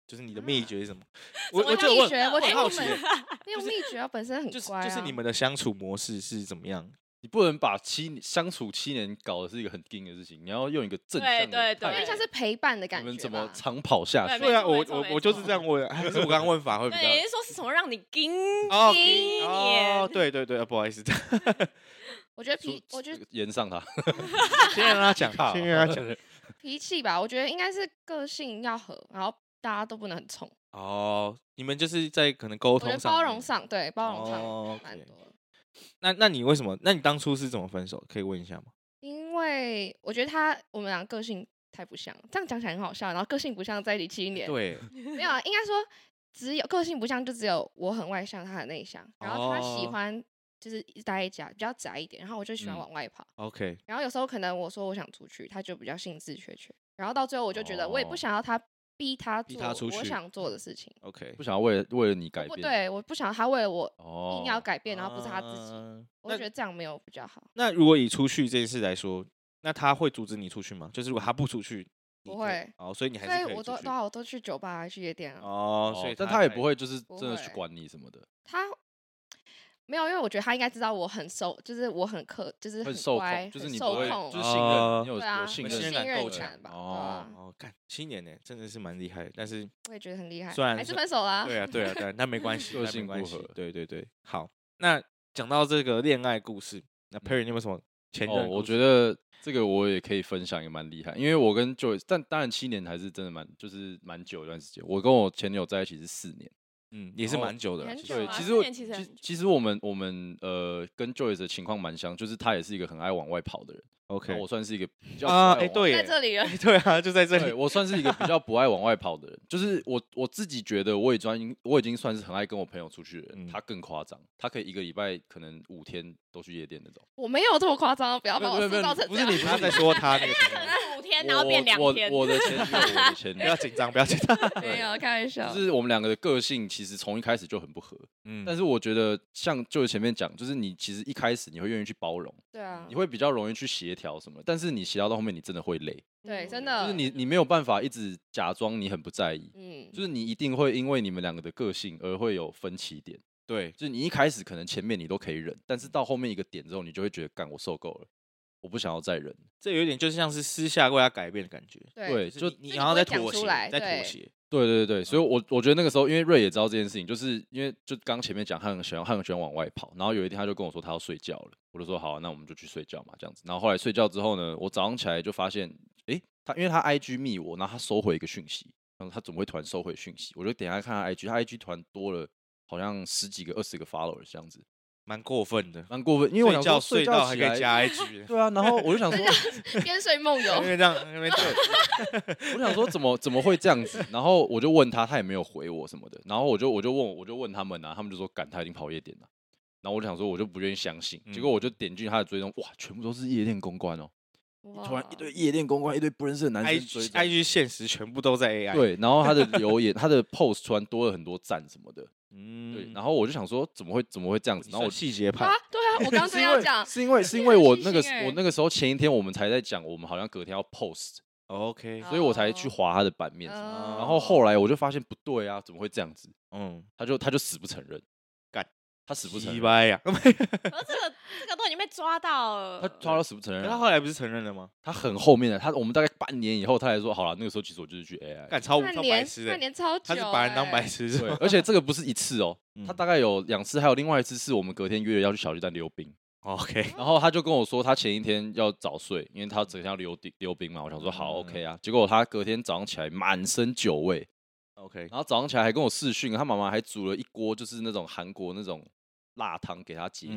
S2: 就是你的秘
S3: 啊
S2: 诀是什么？我
S1: 什
S2: 我
S1: 么
S2: 就
S1: 秘
S2: 问，
S3: 诀我
S2: 很
S3: 觉得
S2: 好
S3: 你
S2: 奇
S3: 们
S2: 耶，
S3: 没有秘诀啊，本身很
S2: 就是
S3: 乖啊。
S2: 就是你们的相处模式是怎么样？
S4: 你不能把七年相处七年搞的是一个很硬的事情，你要用一个正
S1: 对
S4: 向的
S1: 对
S4: 态
S3: 因为
S4: 度
S3: 像是陪伴的感
S4: 你
S3: 觉吧。
S4: 们怎么长跑下
S1: 对
S4: 去？
S1: 没
S2: 对啊，
S1: 错
S2: 我
S1: 没错
S2: 我
S1: 没
S2: 我就是
S1: 错
S2: 这样问啊，还 是我刚刚问法会比较
S1: 对，你是说是什么让你惊？
S2: 哦
S1: 一
S2: 哦
S1: 年，
S2: 对对对，不好意思，
S3: 我觉得
S4: 说
S3: 脾，我觉得
S4: 延上他，
S2: 先让他讲，先让他讲。
S4: 讲。
S3: 脾气吧，我觉得应该是个性要合，然后大家都不能很冲。
S2: 哦，你们就是在可能沟
S3: 我觉
S2: 通
S3: 得
S2: 上，
S3: 包容。上，对包容
S2: 哦
S3: 上蛮
S2: ，OK
S3: 多的。
S2: 那那你为什么？那你当初是怎么分手的？可以问一下吗？
S3: 因为我觉得他我们俩个性太不像，这样讲起来很好笑。然后个性不像在一起七年，
S2: 对，
S3: 没有啊，应该说只有个性不像，就只有我很外向，他很内向。然后他喜
S2: 哦
S3: 欢就是一直待在家，比较宅一点。然后我就喜欢
S4: 嗯
S3: 往外跑。
S2: OK，
S3: 然后有时候可能我说我想出去，他就比较兴致缺缺。然后到最后我就觉得我也
S4: 哦
S3: 不想要他逼他
S2: 逼
S3: 做
S2: 他出
S3: 我
S2: 去
S3: 想做的事情，
S2: OK，
S4: 不想要为了为了你改
S3: 不
S4: 变。
S3: 对，我不想他为了我
S4: 哦，
S3: 硬要改变，然后不是他自己，
S2: 己。
S3: 我
S2: 啊那
S3: 就觉得这样没有比较好。
S2: 那如果以出去这件事来说，那他会阻止你出去吗？就是如果他不出去，你
S3: 不
S2: 可以
S3: 会。
S2: 哦，所以你还
S3: 所
S2: 是
S3: 以
S2: 可以
S3: 我
S2: 出
S3: 都
S2: 去
S3: 都。好，我都去酒吧去夜店啊。
S2: 哦，所以
S4: 但他也
S2: 才
S4: 不会就是
S3: 不
S4: 真的去
S3: 会
S4: 管你什么的，
S3: 他没有，因为我觉得他应该知道我很受，就是我很克，就是
S4: 很受
S3: 乖，
S4: 控，
S3: 很
S4: 就是你
S3: 受
S4: 不会，
S3: 控
S4: 就是
S2: 啊
S4: 信任，你有
S3: 对啊
S4: 有信
S2: 信
S4: 任
S2: 任感够强
S3: 吧？对
S4: 哦
S3: 啊，
S2: 哦，看七年呢，真的是蛮厉害的。但 是，
S3: 我也觉得很厉害，
S2: 虽然
S3: 还是
S2: 是
S3: 分手啦。
S2: 对啊，对啊，对啊，那没关系，
S4: 个
S2: 那没
S4: 性
S2: 关
S4: 不
S2: 系
S4: 合。
S2: 对对对，好。那讲到这个恋爱故事，那 Perry 你有没有什么前任
S4: 嗯哦，
S2: 故事？
S4: 我觉得这个我也可以分享，也蛮厉害。因为我跟 Joyce，但当然七年还是真的蛮，就是蛮久一段时间。我跟我前女友在一起是四年，
S2: 嗯，也是
S4: 哦
S2: 蛮久的啦，
S3: 很
S2: 其实
S3: 久
S4: 对，
S3: 啊
S4: 其
S1: 四
S4: 实我
S1: 年其实很久
S4: 其实我们我们呃跟 Joyce 的情况蛮像，就是他也是一个很爱往外跑的人，然
S2: OK
S4: 后我算是一个比较
S2: 啊，
S4: 不爱
S2: 哎，
S4: 往
S2: 对
S3: 在
S2: 耶，
S3: 这里了，
S2: 对啊，就在这
S4: 对
S2: 里。
S4: 我算是一个比较不爱往外跑的人，就是我我自己觉得我已经我已经算是很爱跟我朋友出去的人，
S2: 嗯
S4: 他更夸张，他可以一个礼拜可能五天都去夜店那种。
S3: 我没有这么夸张，不要把我
S4: 没有没有
S3: 塑造成
S4: 不
S3: 这
S4: 是
S3: 样。
S4: 你
S2: 他在说 他那个前
S1: 可能
S2: 任，
S1: 是五天，
S4: 我
S1: 哎然后变两
S4: 我
S1: 天。
S4: 我的前女友，我的前女
S2: 不要
S4: 友，
S2: 紧张，不要紧张。
S4: 对
S3: 没有开玩笑
S4: 就，是我们两个的个性其实从一开始就很不合，
S2: 嗯
S4: 但是我觉得像就是前面讲，就是你其实一开始你会愿意去包容，
S3: 对啊
S4: 你，会比较容易去协调什么，但是你协调到后面你真的会累，
S3: 对，真
S4: 就
S3: 的，
S4: 是你你没有办法一直假装你很不在意，
S3: 嗯，
S4: 就是你一定会因为你们两个的个性而会有分歧点。
S2: 对，
S4: 就是你一开始可能前面你都可以忍，但是到后面一个点之后，你就会觉得，干，我受够了，我不想要再忍。
S2: 这有点就像是私下为他改变的感觉。
S3: 对，
S4: 就
S2: 你
S3: 就
S2: 你
S3: 你
S2: 然后
S3: 不
S2: 再
S3: 会讲
S2: 妥
S3: 出
S2: 协，
S3: 来
S2: 再妥
S3: 对
S2: 协。
S4: 对对对，
S2: 嗯
S4: 所以我我觉得那个时候，因为瑞也知道这件事情，就是因为就刚前面讲，他很喜欢，他很喜欢往外跑。然后有一天他就跟我说他要睡觉了，我就说好啊、那我们就去睡觉嘛，这样子。然后后来睡觉之后呢，我早上起来就发现，诶，他因为他 IG 密我，然后他收回一个讯息，然后他怎么会突然收回讯息？我就点开看他 IG，他 IG 突然多了好像十几个、二十个 follower 这样子，
S2: 蛮过分的。
S4: 蛮过分。因为我想
S2: 睡觉睡
S4: 说睡觉
S2: 到
S4: 起
S2: 还
S4: 来
S2: 可以 加 IG，
S4: 对啊，然后我就想说，
S3: 边睡 梦游
S2: 因。为这样因为这
S4: 我想说怎么怎么会这样子？然后我就问他，他也没有回我什么的。然后我就我就问我就问他们啊，他们就说赶他已经跑夜店了。然后我就想说，我就不愿意相信。结果我就点进他的追踪，哇，全部都是夜店公关哦！突然一堆夜店公关，一堆不认识的男生追
S2: IG
S4: 踪。
S2: IG 现实全部都在 AI。，
S4: 对，然后他的留言，他的 post 突然多了很多赞什么的。
S2: 嗯
S4: 对，然后我就想说，怎么会怎么会这样子？
S2: 然后
S4: 然后
S2: 我
S4: 我
S2: 细节
S3: 哇
S2: 派
S3: 啊，，对 啊，我刚
S4: 是
S3: 正
S4: 因
S3: 要
S4: 为
S3: 讲，
S4: 是因为是因为
S3: 很
S4: 我
S3: 细
S4: 那个
S3: 心欸
S4: 我那个时候前一天我们才在讲，我们好像隔天要 post，
S2: OK，
S4: 所以我才去
S3: 哦
S4: 划他的版面什么的。
S3: 哦
S4: 然后后来我就发现不对啊，怎么会这样子？
S2: 嗯，
S4: 他就他就死不承认，
S2: 干，
S4: 他死不承
S2: 鸡
S4: 认，
S2: 掰呀！
S1: 可是这个这个都已经被抓到了，
S4: 他抓到死不承认
S2: 他
S4: 啊。
S2: 后来不是承认了吗？
S4: 他很后面的，他我们大概半年以后，他才说好了，那个时候其实我就是去 AI，
S2: 干超
S3: 半
S2: 超白
S3: 年
S2: 痴
S3: 半
S2: 的，
S3: 年超久
S2: 他
S3: 欸，
S2: 是把人当白痴是
S4: 对
S2: 吧，
S4: 而且这个不是一次哦，
S2: 嗯
S4: 他大概有两次，还有另外一次是我们隔天约了要去小巨蛋溜冰，
S2: ？OK，
S4: 然后他就跟我说他前一天要早睡，因为他整天要溜地溜冰嘛，我想说好
S2: 嗯
S4: OK 啊，结果他隔天早上起来满身酒味，
S2: OK，
S4: 然后早上起来还跟我视讯，他妈妈还煮了一锅就是那种韩国那种辣汤给他解酒，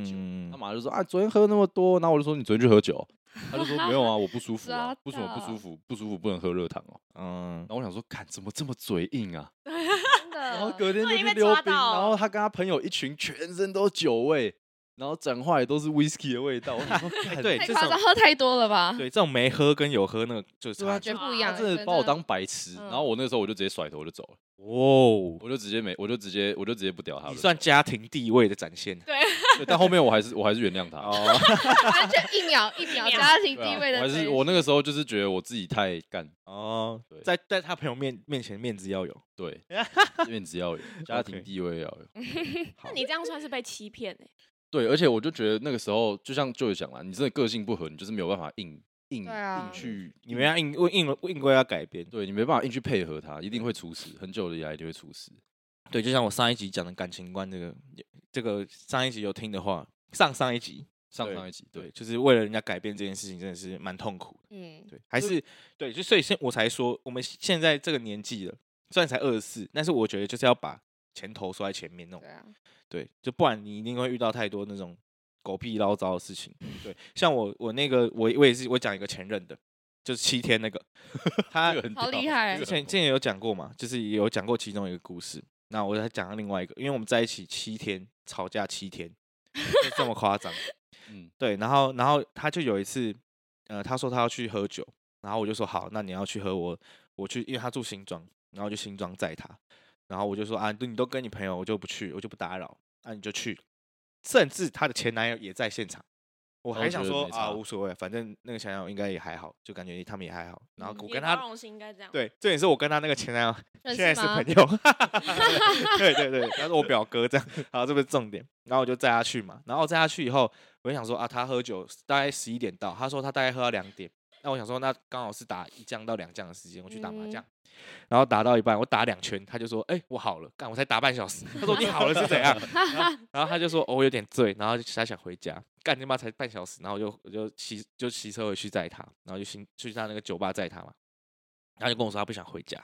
S4: 他
S2: 嗯，
S4: 马上就说啊，昨天喝那么多，然后我就说你昨天去喝酒，他就说没有啊，我不舒服啊
S3: 抓，
S4: 为什么不舒
S3: 到
S4: 服？不舒服不能喝热汤哦。
S2: 嗯
S4: 然，后我想说，看怎么这么嘴硬啊？
S3: 真的。
S4: 然后隔天
S1: 所
S4: 就
S1: 以
S4: 去
S1: 被
S4: 溜
S1: 抓
S4: 冰，然
S1: 到
S4: 后他跟他朋友一群，全身都酒味，然后讲话也都是 whisky 的味道。我想说，干
S2: 对
S3: 太
S2: 这
S3: 夸
S2: 种
S3: 张，喝太多了吧？
S2: 对，这种没喝跟有喝那个就是
S4: 对啊
S2: 差
S3: 觉
S2: 距
S3: 得。不一
S1: 他
S3: 样
S4: 他
S3: 欸，
S4: 真的把我当白痴。
S3: 嗯
S4: 然后我那个时候我就直接甩头我就走了，
S2: 哇哦，
S4: 我就直接没，我就直接我就直接不屌他了。
S2: 你算家庭地位的展现。
S4: 对，但后面我还是我还是原谅他。
S2: 哦，
S3: 完全一秒一秒
S1: 一秒
S3: 家庭
S4: 对啊
S3: 地位的
S4: 我还
S3: 展
S4: 是
S3: 现，
S4: 我那个时候就是觉得我自己太干，
S2: 哦
S4: 对，
S2: 在在他朋友面面前面子要有，
S4: 对，面子要有，家庭
S2: OK
S4: 地位要有。
S1: 那你这样算是被欺骗哎、
S4: 对，而且我就觉得那个时候，就像就是讲啦，你真的个性不合，你就是没有办法硬硬、
S3: 对啊
S4: 硬去，
S2: 你们要硬硬硬规要改变。
S4: 对你没办法硬去配合他，一定会出事，很久以来一定会出事。
S2: 对，就像我上一集讲的感情观这个，这个上一集有听的话，上上一集，
S4: 上
S2: 对
S4: 上一集，对
S2: 对，就是为了人家改变这件事情，真的是蛮痛苦的。
S3: 嗯，
S2: 对，还是对，就所以现我才说，我们现在这个年纪了，虽然才二十四，但是我觉得就是要把前头说在前面那种
S3: 对，啊，
S2: 对，就不然你一定会遇到太多那种狗屁唠叨的事情。
S4: 嗯
S2: 对，像我我那个我我也是我讲一个前任的，就是七天那个，他
S4: 这个很
S3: 好
S4: 屌
S3: 厉害哦
S4: 这
S2: 之
S4: 个很
S2: 前
S4: 猛
S2: 之前有讲过嘛，就是也有讲过其中一个故事。那我再讲另外一个，因为我们在一起七天，吵架七天，就这么夸张。
S4: 嗯，
S2: 对，然后然后他就有一次，呃，他说他要去喝酒，然后我就说好，那你要去喝我我去，因为他住新庄，然后我就新庄载他，然后我就说啊，你都跟你朋友，我就不去，我就不打扰，啊，你就去，甚至她的前男友也在现场，我
S4: 哦
S2: 还想
S4: 觉得
S2: 说
S4: 没差
S2: 啊无所谓，反正那个前男友应该也还好，就感觉他们也还好，然后
S3: 嗯
S2: 我
S1: 你
S2: 跟
S1: 的
S2: 他
S1: 包容心应该这样。，
S2: 对，重点是我跟他那个前男友
S3: 认
S2: 现在
S3: 识
S2: 是
S3: 吗
S2: 朋？友， 对对对，他是我表哥这样，好，这不是重点。然后我就载他去嘛，然后载他去以后，我就想说啊，他喝酒大概十一点到，他说他大概喝到两点，那我想说那刚好是打一将到两将的时间，我去打麻
S3: 嗯
S2: 将，然后打到一半，我打两圈，他就说，哎、我好了，干，我才打半小时，他说你好了是怎样？ 然后然后他就说，哦，我有点醉，然后他想回家，干你妈才半小时，然后我就我就骑就骑车回去载他，然后就新去他那个酒吧载他嘛，他就跟我说他不想回家，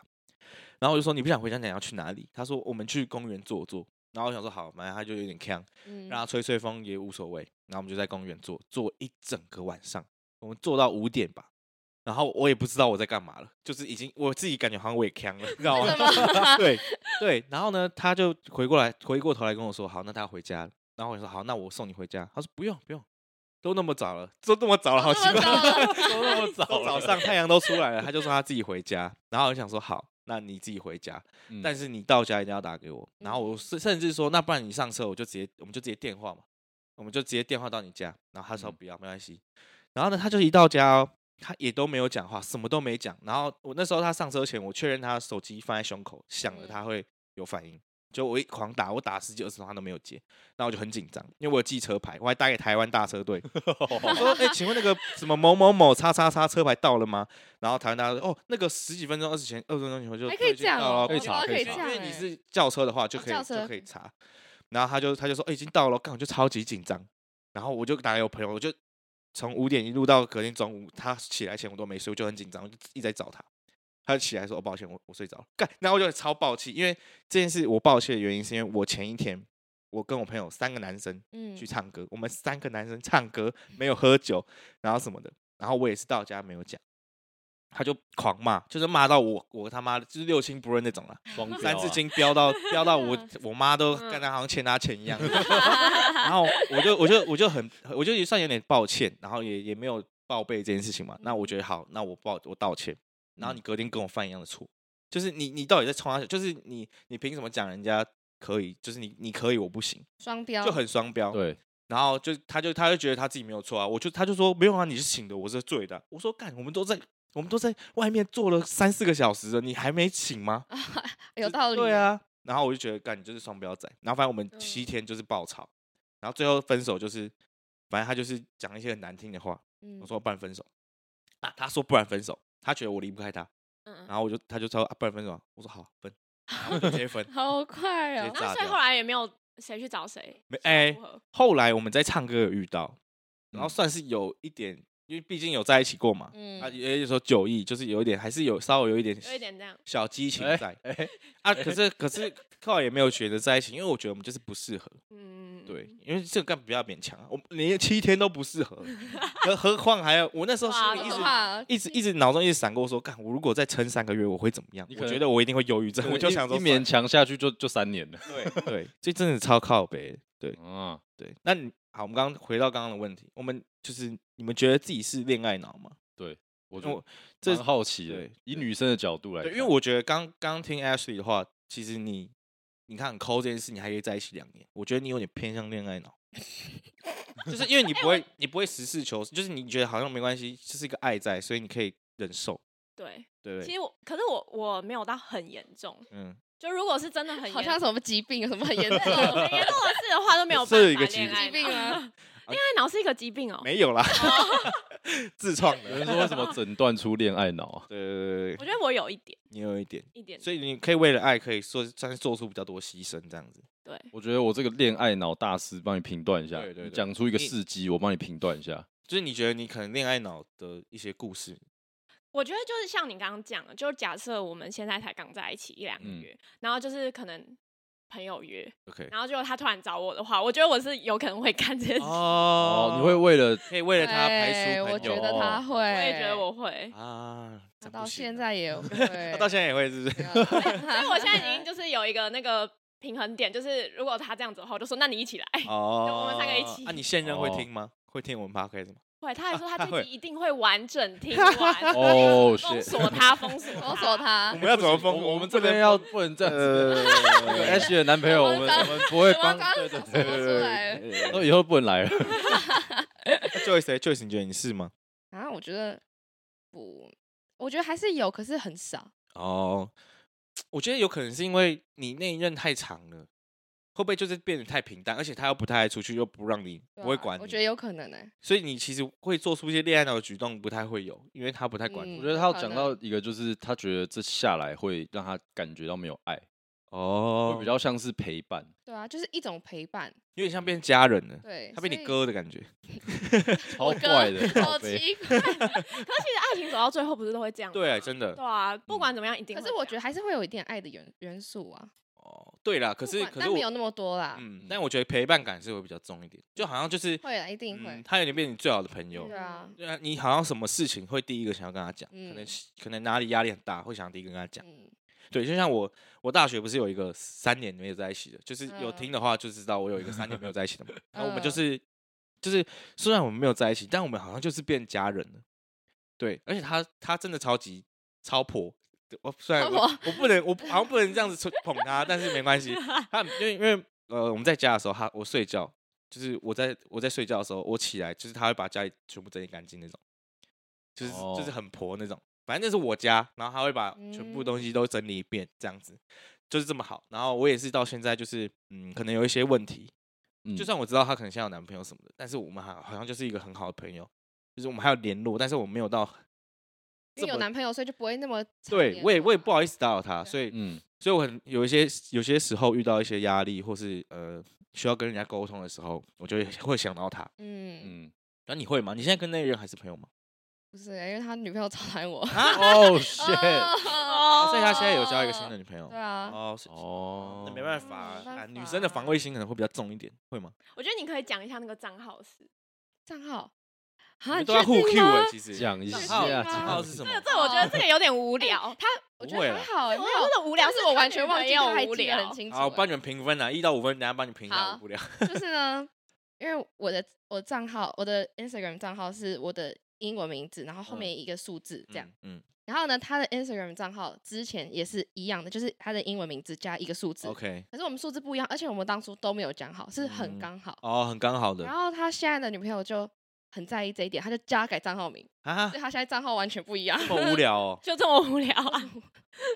S2: 然后我就说你不想回家，你要去哪里？他说我们去公园坐坐。然后我想说好，反正他就有点呛，
S3: 嗯
S2: 让他吹吹风也无所谓。然后我们就在公园坐坐一整个晚上，我们坐到五点吧。然后我也不知道我在干嘛了，就是已经我自己感觉好像我也呛了，你知道吗？ 对对，然后呢，他就回过来，回过头来跟我说：“好，那他要回家了。”然后我就说：“好，那我送你回家。”他说：“不用，不用，都那么早了，都那么早了，好奇
S3: 这么
S2: 怪，
S3: 糟了
S4: 都那么早
S2: 都 早
S4: 了，
S2: 上太阳都出来了。”他就说他自己回家，然后我就想说：“好，那你自己回家，
S4: 嗯
S2: 但是你到家一定要打给我。”然后
S3: 嗯
S2: 我甚甚至说：“那不然你上车，我就直接，我们就直接电话嘛，我们就直接电话到你家。”然后他说：“
S4: 嗯
S2: 不要，没关系。”然后呢，他就一到家、哦。他也都没有讲话，什么都没讲。然后我那时候他上车前，我确认他的手机放在胸口，想了
S3: 嗯
S2: 他会有反应。就我一狂打，我打十几二十通他都没有接，那我就很紧张，因为我有记车牌，我还打给台湾大车队，我说：“哎、请问那个什么某某某叉叉叉车牌到了吗？”然后台湾大车队哦，那个十几分钟、二十前、二十分钟以后就
S3: 还可
S2: 都
S3: 以
S2: 已经
S3: 这样
S2: 到
S3: 哦
S2: 了
S4: 可以
S2: 不
S4: 查
S2: 好
S4: 可以
S2: 意思
S4: 查
S2: 因为
S3: 这样
S2: 你
S3: 哎
S2: 是轿车的话就
S3: 哦
S2: 可以、
S3: 轿
S2: 就
S3: 车
S2: 可以
S3: 嗯
S2: 查。然后他就他就说：“哎、已经到了。”刚好就超级紧张，然后我就打给我朋友，我就从五点一路到隔天中午，他起来前我都没睡，我就很紧张，我就一直在找他。他就起来说：“哦，抱歉，我我睡着了。”干，然后我就超爆气，因为这件事我爆气的原因是因为我前一天我跟我朋友三个男生
S3: 嗯
S2: 去唱歌，我们三个男生唱歌没有喝酒，然后什么的，然后我也是到家没有讲，他就狂骂，就是骂到我我他妈的就是六亲不认那种啦，
S4: 双
S2: 三字
S4: 字经，
S2: 经飙到飙到我我妈都干他好像欠他钱一样， 然后我就我就我就很我就也算有点抱歉，然后也也没有报备这件事情嘛，那我觉得好，那我报我道歉，然后你隔天跟我犯一样的错，就是你你到底在冲他，就是你你凭什么讲人家可以，就是你你可以我不行，
S3: 双标
S2: 就很双标，
S4: 对，
S2: 然后就他就他就觉得他自己没有错啊，我就他就说没有啊，你是醒的，我是醉的啊。我说干，我们都在我们都在外面坐了三四个小时了，你还没醒吗？
S3: 有
S2: 就
S3: 道理。嗯
S2: 对，啊，然后我就觉得干你就是双标仔。然后反正我们七天就是爆吵，然后最后分手就是，反正他就是讲一些很难听的话。
S3: 嗯。
S2: 我说不然分手啊，他说不然分手，他觉得我离不开他，
S1: 嗯
S2: 然后我就他就说、啊、不然分手啊，我说好分，然后我就直接分
S1: 嗯
S3: 好快
S2: 直接
S3: 哦，
S1: 然
S2: 炸
S1: 后所以
S2: 掉
S1: 后来也没有谁去找谁，
S2: 没
S1: 想要
S2: 哎
S1: 复合
S2: 后来我们在唱歌有遇到，然后
S4: 嗯
S2: 算是有一点，因为毕竟有在一起过嘛，
S3: 嗯
S2: 啊，也有时候酒意就是有一点，还是有稍微有一点
S1: 有一点这样。
S2: 小激情
S4: 哎
S2: 在
S4: 哎
S2: 啊。可是可是后来也没有觉得在一起，因为我觉得我们就是不适合，
S1: 嗯，
S2: 对，因为这个干比较勉强啊，我连七天都不 适合，何何况还要我那时候
S1: 哇
S2: 心
S3: 好
S2: 里一
S3: 可
S2: 直。
S3: 怕啊，
S2: 一直一直脑中一直闪过说，干我如果再撑三个月，我会怎么样
S4: 你？可
S2: 我觉
S4: 能
S2: 得我一定会忧郁症，我就想说
S4: 一勉
S2: 算
S4: 强下去就就三年了，
S2: 了对对，这真的超靠北的，对。
S4: 嗯，
S2: 对，那你好，我们刚刚回到刚刚的问题，我们就是你们觉得自己是恋爱脑吗？
S4: 我
S2: 因为我
S4: 就
S2: 这
S4: 这好奇的
S2: 对，
S4: 以女生的角度来
S2: 对，
S4: 看，
S2: 因为我觉得刚刚听 Ashley 的话，其实你你看很抠这件事，你还可以在一起两年，我觉得你有点偏向恋爱 脑，就是因为你不会你不会实事求是，就是你觉得好像没关系，这是一个爱在，所以你可以忍受，
S1: 对，
S2: 对不
S1: 其
S2: 对？
S1: 实我可是我我没有到很严重，
S2: 嗯，
S1: 就如果是真的很严
S3: 好像什么疾病，有什么很严重
S1: 很严重的事的话，都没有
S2: 这
S1: 办
S2: 是一
S1: 法
S2: 个疾
S1: 恋爱
S3: 疾病
S1: 脑
S3: 吗？
S1: 恋爱脑是一个疾病哦。
S2: 没有啦，
S1: 哦
S2: 自创
S4: 有
S2: 的
S4: 人。说为什么诊断出恋爱 脑啊？
S2: 对对对
S1: 我
S2: 对，
S1: 觉得我有一点
S2: 你有一点，
S1: 一点，
S2: 所以你可以为了爱，可以说算是做出比较多牺牲这样子。
S1: 对，
S4: 我觉得我这个恋爱脑大师帮你评断一下，
S2: 对对
S4: 你
S2: 对
S4: 讲出一个
S2: 你
S4: 事迹，我帮你评断一下。
S2: 就是你觉得你可能恋爱脑的一些故事，
S1: 我觉得就是像你刚刚讲的，就是假设我们现在才刚在一起一两个
S4: 嗯
S1: 月，然后就是可能朋友约，
S2: OK，
S1: 然后结果他突然找我的话，我觉得我是有可能会干这件事，
S2: 哦
S4: 哦，你会为了
S2: 可以为了他排
S3: 对
S2: 除朋友，
S3: 我觉得他会，我
S1: 我也觉得我 会。
S2: 啊，
S3: 他
S2: 真
S3: 到
S2: 不行
S3: 现
S2: 啊，
S3: 在也会，
S2: 他到现在也会是不是？
S1: 所以我现在已经就是有一个那个平衡点，就是如果他这样子的话，我就哎说那你一起来。
S2: 哦
S1: 我们三个一起
S2: 啊，你现任会
S4: 哦
S2: 听吗？会听我们 podcast 吗？
S1: 会，他还说
S2: 他
S1: 啊他
S2: 会
S1: 自己一定会完整听 完。
S4: 哦
S1: 封
S4: shit
S1: 锁他，封锁
S3: 封
S1: 他。
S3: 锁他
S2: 我。们要怎么封？
S4: 我我们
S2: 不
S4: 这边
S2: 能
S4: 要不能这样子。那个 H 的男朋友，我们我们不会帮，对对对
S3: 说出来了
S4: 对，那以后不能来了。
S2: Joyce Joyce，你觉得你是吗？
S3: 啊，我觉得不，我觉得还是有，可是很少。
S2: 哦，我觉得有可能是因为你那一任太长了，会不会就是变得太平淡？而且他又不太爱出去，又不让你，
S3: 对
S2: 不会
S3: 啊
S2: 管
S3: 我觉
S2: 你，
S3: 得有可能呢。欸
S2: 所以你其实会做出一些恋爱脑的举动，不太会有，因为他不太管
S4: 我
S2: 你
S3: 嗯。
S4: 觉得他有讲
S3: 好
S4: 到
S3: 的
S4: 一个，就是他觉得这下来会让他感觉到没有爱，
S2: 哦
S4: 会比较像是陪伴。
S3: 对啊，就是一种陪伴。
S2: 有点像变家人了，
S3: 对，
S2: 他变你
S3: 所以嗯
S2: 哥的感觉。
S4: 超
S3: 我哥
S4: 怪的
S3: 好
S4: 靠背
S3: 奇怪。
S1: 可是其实爱情走到最后不是都会这样吗？
S2: 对，真的
S1: 对。啊，不管怎么样 一定
S3: 可
S1: 会这样。
S3: 是我觉得还是会有一点爱的元元素啊。
S2: 哦，对啦，可
S3: 不
S2: 是
S3: 管
S2: 可是
S3: 但
S2: 我
S3: 没有那么多啦。
S2: 嗯，但我觉得陪伴感是会比较重一点，就好像就是
S3: 会啦，一定
S2: 嗯，
S3: 会。
S2: 他有点变你最好的朋友
S3: 对。啊，
S2: 对啊，你好像什么事情会第一个想要跟他讲，可能
S3: 嗯
S2: 是可能哪里压力很大，会想要第一个跟他讲。
S3: 嗯，
S2: 对，就像我，我大学不是有一个三年没有在一起的，就是有
S3: 嗯
S2: 听的话就知道我有一个三年没有在一起 的嘛。然后我们就
S3: 嗯
S2: 是就是虽然我们没有在一起，但我们好像就是变家人了。对，而且他他真的超级超婆。我虽然
S3: 超
S2: 我我不能，我好像不能这样子吹捧他，但是没关 系。他因为因为呃，我们在家的时候，他我睡觉，就是我在我在睡觉的时候，我起来就是他会把家里全部整理干净那种，就是、就是
S4: 哦
S2: 很婆那种。反正那是我家，然后他会把全部
S3: 嗯
S2: 东西都整理一遍，这样子就是这么好。然后我也是到现在就是嗯，可能有一些问题，
S4: 嗯
S2: 就算我知道她可能现在有男朋友什么的，但是我们还好像就是一个很好的朋友，就是我们还有联络，但是我没有到
S3: 因为有男朋友，所以就不会那么常
S2: 对
S3: 联
S2: 我也我也
S3: 络啊
S2: 不好意思打扰她，所以
S4: 嗯，
S2: 所以我很有一些有些时候遇到一些压力或是呃需要跟人家沟通的时候，我就会会想到她。
S3: 嗯
S4: 嗯，
S2: 那你会吗？你现在跟那个人还是朋友吗？
S3: 不是，因为他女朋友超讨 厌我。
S4: 哦 shit！
S3: 哦
S1: 哦
S2: 所以他现在有交一个新的女朋友
S3: 对。啊，
S2: 哦，是
S4: 哦，
S2: 那没办法
S3: 没办
S2: 啊，
S3: 法
S2: 女生的防卫心可能会比较重一点，会吗？
S1: 我觉得你可以讲一下那个账号是，
S3: 账号
S2: 你
S3: 啊，
S2: 们
S3: 你
S2: 都要
S3: 确定
S2: 互 Q
S3: 吗
S2: 哎，其实
S4: 讲一
S2: 账
S4: 下，
S2: 号
S3: 是啊
S2: 账号是什么？
S1: 这我觉得这个有点无聊。
S3: 他我觉
S2: 不会
S3: 得
S2: 啦
S3: 还好欸，
S1: 我
S3: 没
S1: 觉得
S3: 有，
S1: 这无聊
S3: 但是
S1: 是我
S3: 他
S1: 完
S3: 女
S1: 全
S3: 朋
S1: 没
S3: 友
S1: 有
S3: 还
S1: 无
S3: 记得
S1: 聊
S3: 很清楚
S2: 好，我帮你
S3: 欸。
S2: 们评分啊，一到五分，等下帮你评一下
S3: 好
S2: 无不聊。
S3: 就是呢，因为我的我的账号，我的 Instagram 账号是我的英文名字，然后后面一个数字这样。
S2: 嗯，
S3: 然后呢，他的 Instagram 账号之前也是一样的，就是他的英文名字加一个数字
S2: 嗯。，OK，
S3: 可是我们数字不一样，而且我们当初都没有讲好，是
S2: 嗯
S3: 很刚好。
S2: 哦，很刚好的
S3: 然后他现在的女朋友就很在意这一点，他就加改账号名，
S2: 啊
S3: 所以，他现在账号完全不一样。
S2: 这么无聊哦，
S1: 就这么无聊 啊？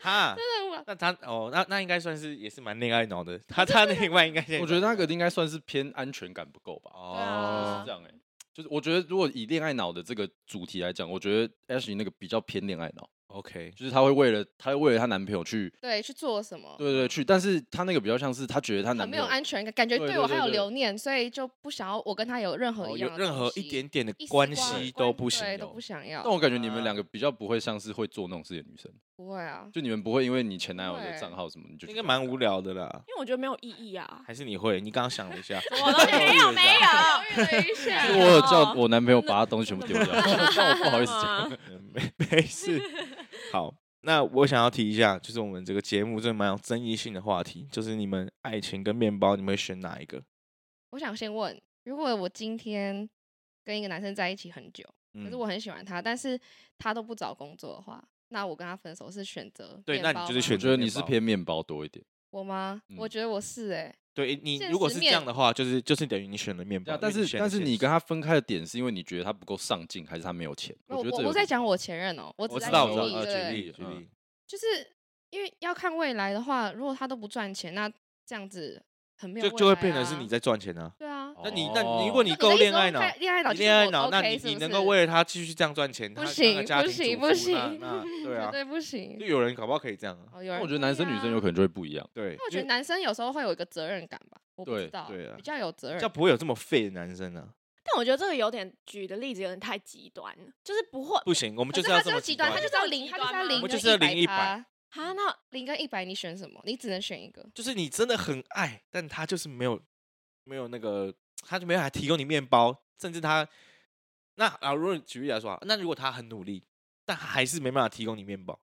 S2: 哈，
S3: 真的无聊
S2: 那他哦，那那应该算是也是蛮恋爱脑的，他他另外应该现在
S4: 我觉得那个应该算是偏安全感不够吧。
S3: 对啊
S2: 哦
S4: 是这，样哎、就是我觉得如果以恋爱脑的这个主题来讲，我觉得 Ashley 那个比较偏恋爱脑，
S2: ，OK，
S4: 就是她会为了她会为了她男朋友去，
S3: 对，去做什么？
S4: 对对去，但是她那个比较像是她觉得她男
S3: 很没
S4: 朋
S3: 有
S4: 友
S3: 安全感，感觉
S4: 对
S3: 对
S4: 对
S3: 我
S4: 对
S3: 还有
S4: 对
S3: 留念，所以就不想要我跟他有任何
S2: 哦
S3: 一样
S2: 有
S3: 的
S2: 任何
S3: 东
S2: 一
S3: 西
S2: 点点的
S3: 一丝
S2: 关
S3: 瓜
S2: 系
S3: 关
S2: 都不行
S3: 对，都
S2: 哦
S3: 不，想要
S4: 但，我感觉你们
S2: 啊
S4: 两个比较不会像是会做那种事情的女生，
S3: 不会啊，
S4: 就你们不会因为你前男友的
S3: 对
S4: 账号什么，你就去
S2: 应该
S4: 跟
S2: 蛮
S4: 他
S2: 无聊的 啦。
S1: 因为我觉得没有意义啊。
S2: 还是你会？你刚刚想了一下，
S1: 我都没 有没有，
S3: 犹豫了一下
S4: 是
S1: 无
S4: 我
S1: 聊
S4: 有
S1: 哦
S4: 叫我男朋友把他东西全部丢掉，
S1: 啊
S4: 但我不好意思
S1: 干
S4: 讲。
S3: 啊
S1: 嘛
S2: 嗯没 没事。好，那我想要提一下，就是我们这个节目真的蛮有争议性的话题，就是你们爱情跟面包，你们会选哪一个？
S3: 我想先问，如果我今天跟一个男生在一起很久，可
S2: 嗯
S3: 是我很喜欢他，但是他都不找工作的话，那我跟他分手是选择
S2: 对
S3: 面
S2: 那你
S3: 包
S2: 就是
S3: 吗
S4: 我
S2: 选
S4: 觉得你是偏面包多一点，
S3: 我吗？我
S4: 嗯
S3: 觉得我是哎、
S2: 对你
S3: 现
S2: 如果
S3: 实
S2: 是这
S3: 面
S2: 样的话，就是就是等于你选了面
S4: 对
S2: 包
S4: 啊，，但
S2: 因为
S4: 是
S2: 选
S4: 但
S2: 了
S4: 是
S2: 现
S4: 你
S2: 实
S4: 跟他分开的点是因为你觉得他不够上进，还是他没有钱？
S3: 那
S4: 觉得这
S3: 我
S4: 有
S3: 我在讲我前任哦、我
S2: 我
S3: 只
S2: 知
S3: 在
S2: 道，我
S3: 举
S2: 知道，呃，
S4: 呃
S3: 例对
S2: 举
S3: 不对
S2: 例举
S4: 嗯
S2: 例，
S3: 就是因为要看未来的话，如果他都不赚钱，那这样子很没有、
S2: 就
S3: 未
S2: 就会
S3: 来
S2: 变成是
S3: 啊
S2: 你在赚钱啊。
S3: 对啊，
S2: 那你
S4: 哦
S2: 那你如果
S4: 那
S2: 你
S3: 那的
S2: 够
S3: 意
S2: 恋
S3: 思说
S2: 爱脑，
S3: 在恋爱脑
S2: 你
S3: 就是
S2: 恋爱
S3: 我
S2: 脑，那
S3: OK，
S2: 你
S3: 是
S2: 你
S3: 不
S2: 能够
S3: 是
S2: 为了他继续这样赚钱，
S3: 不
S2: 他当
S3: 行
S2: 个家
S3: 不
S2: 庭
S3: 行
S2: 主
S3: 不
S2: 妇
S3: 行
S2: 那那 对
S3: 绝
S2: 啊，
S3: 对不
S2: 就
S3: 行。
S2: 有人搞不好可以这样啊。
S3: 哦，有人
S4: 我觉得男生女生有可
S3: 能。
S4: 能就会不一样。
S2: 对，
S3: 我
S2: 因
S3: 觉得
S2: 为
S3: 男生有时候会有一个责任感吧，我不
S4: 对
S3: 知道，
S2: 对啊
S3: 比较有责任
S2: 比较
S3: 感。
S2: 不会有这么废的男生啊。
S1: 但我觉得这个有点举的例子有点太极端了，就是不会
S2: 不行，我们
S3: 可
S2: 就是要
S3: 他
S2: 这
S3: 就
S2: 么
S3: 是极端，他就是要零，他就是要零，
S2: 我就是要零一
S3: 一
S2: 百
S3: 百，
S1: 啊，那
S3: 零跟一百，你选什么？你只能选一个。
S2: 就是你真的很爱，但他就是没有没有那个，他就没有还提供你面包，甚至他那啊，如果举例来说啊，那如果他很努力，但他还是没办法提供你面包，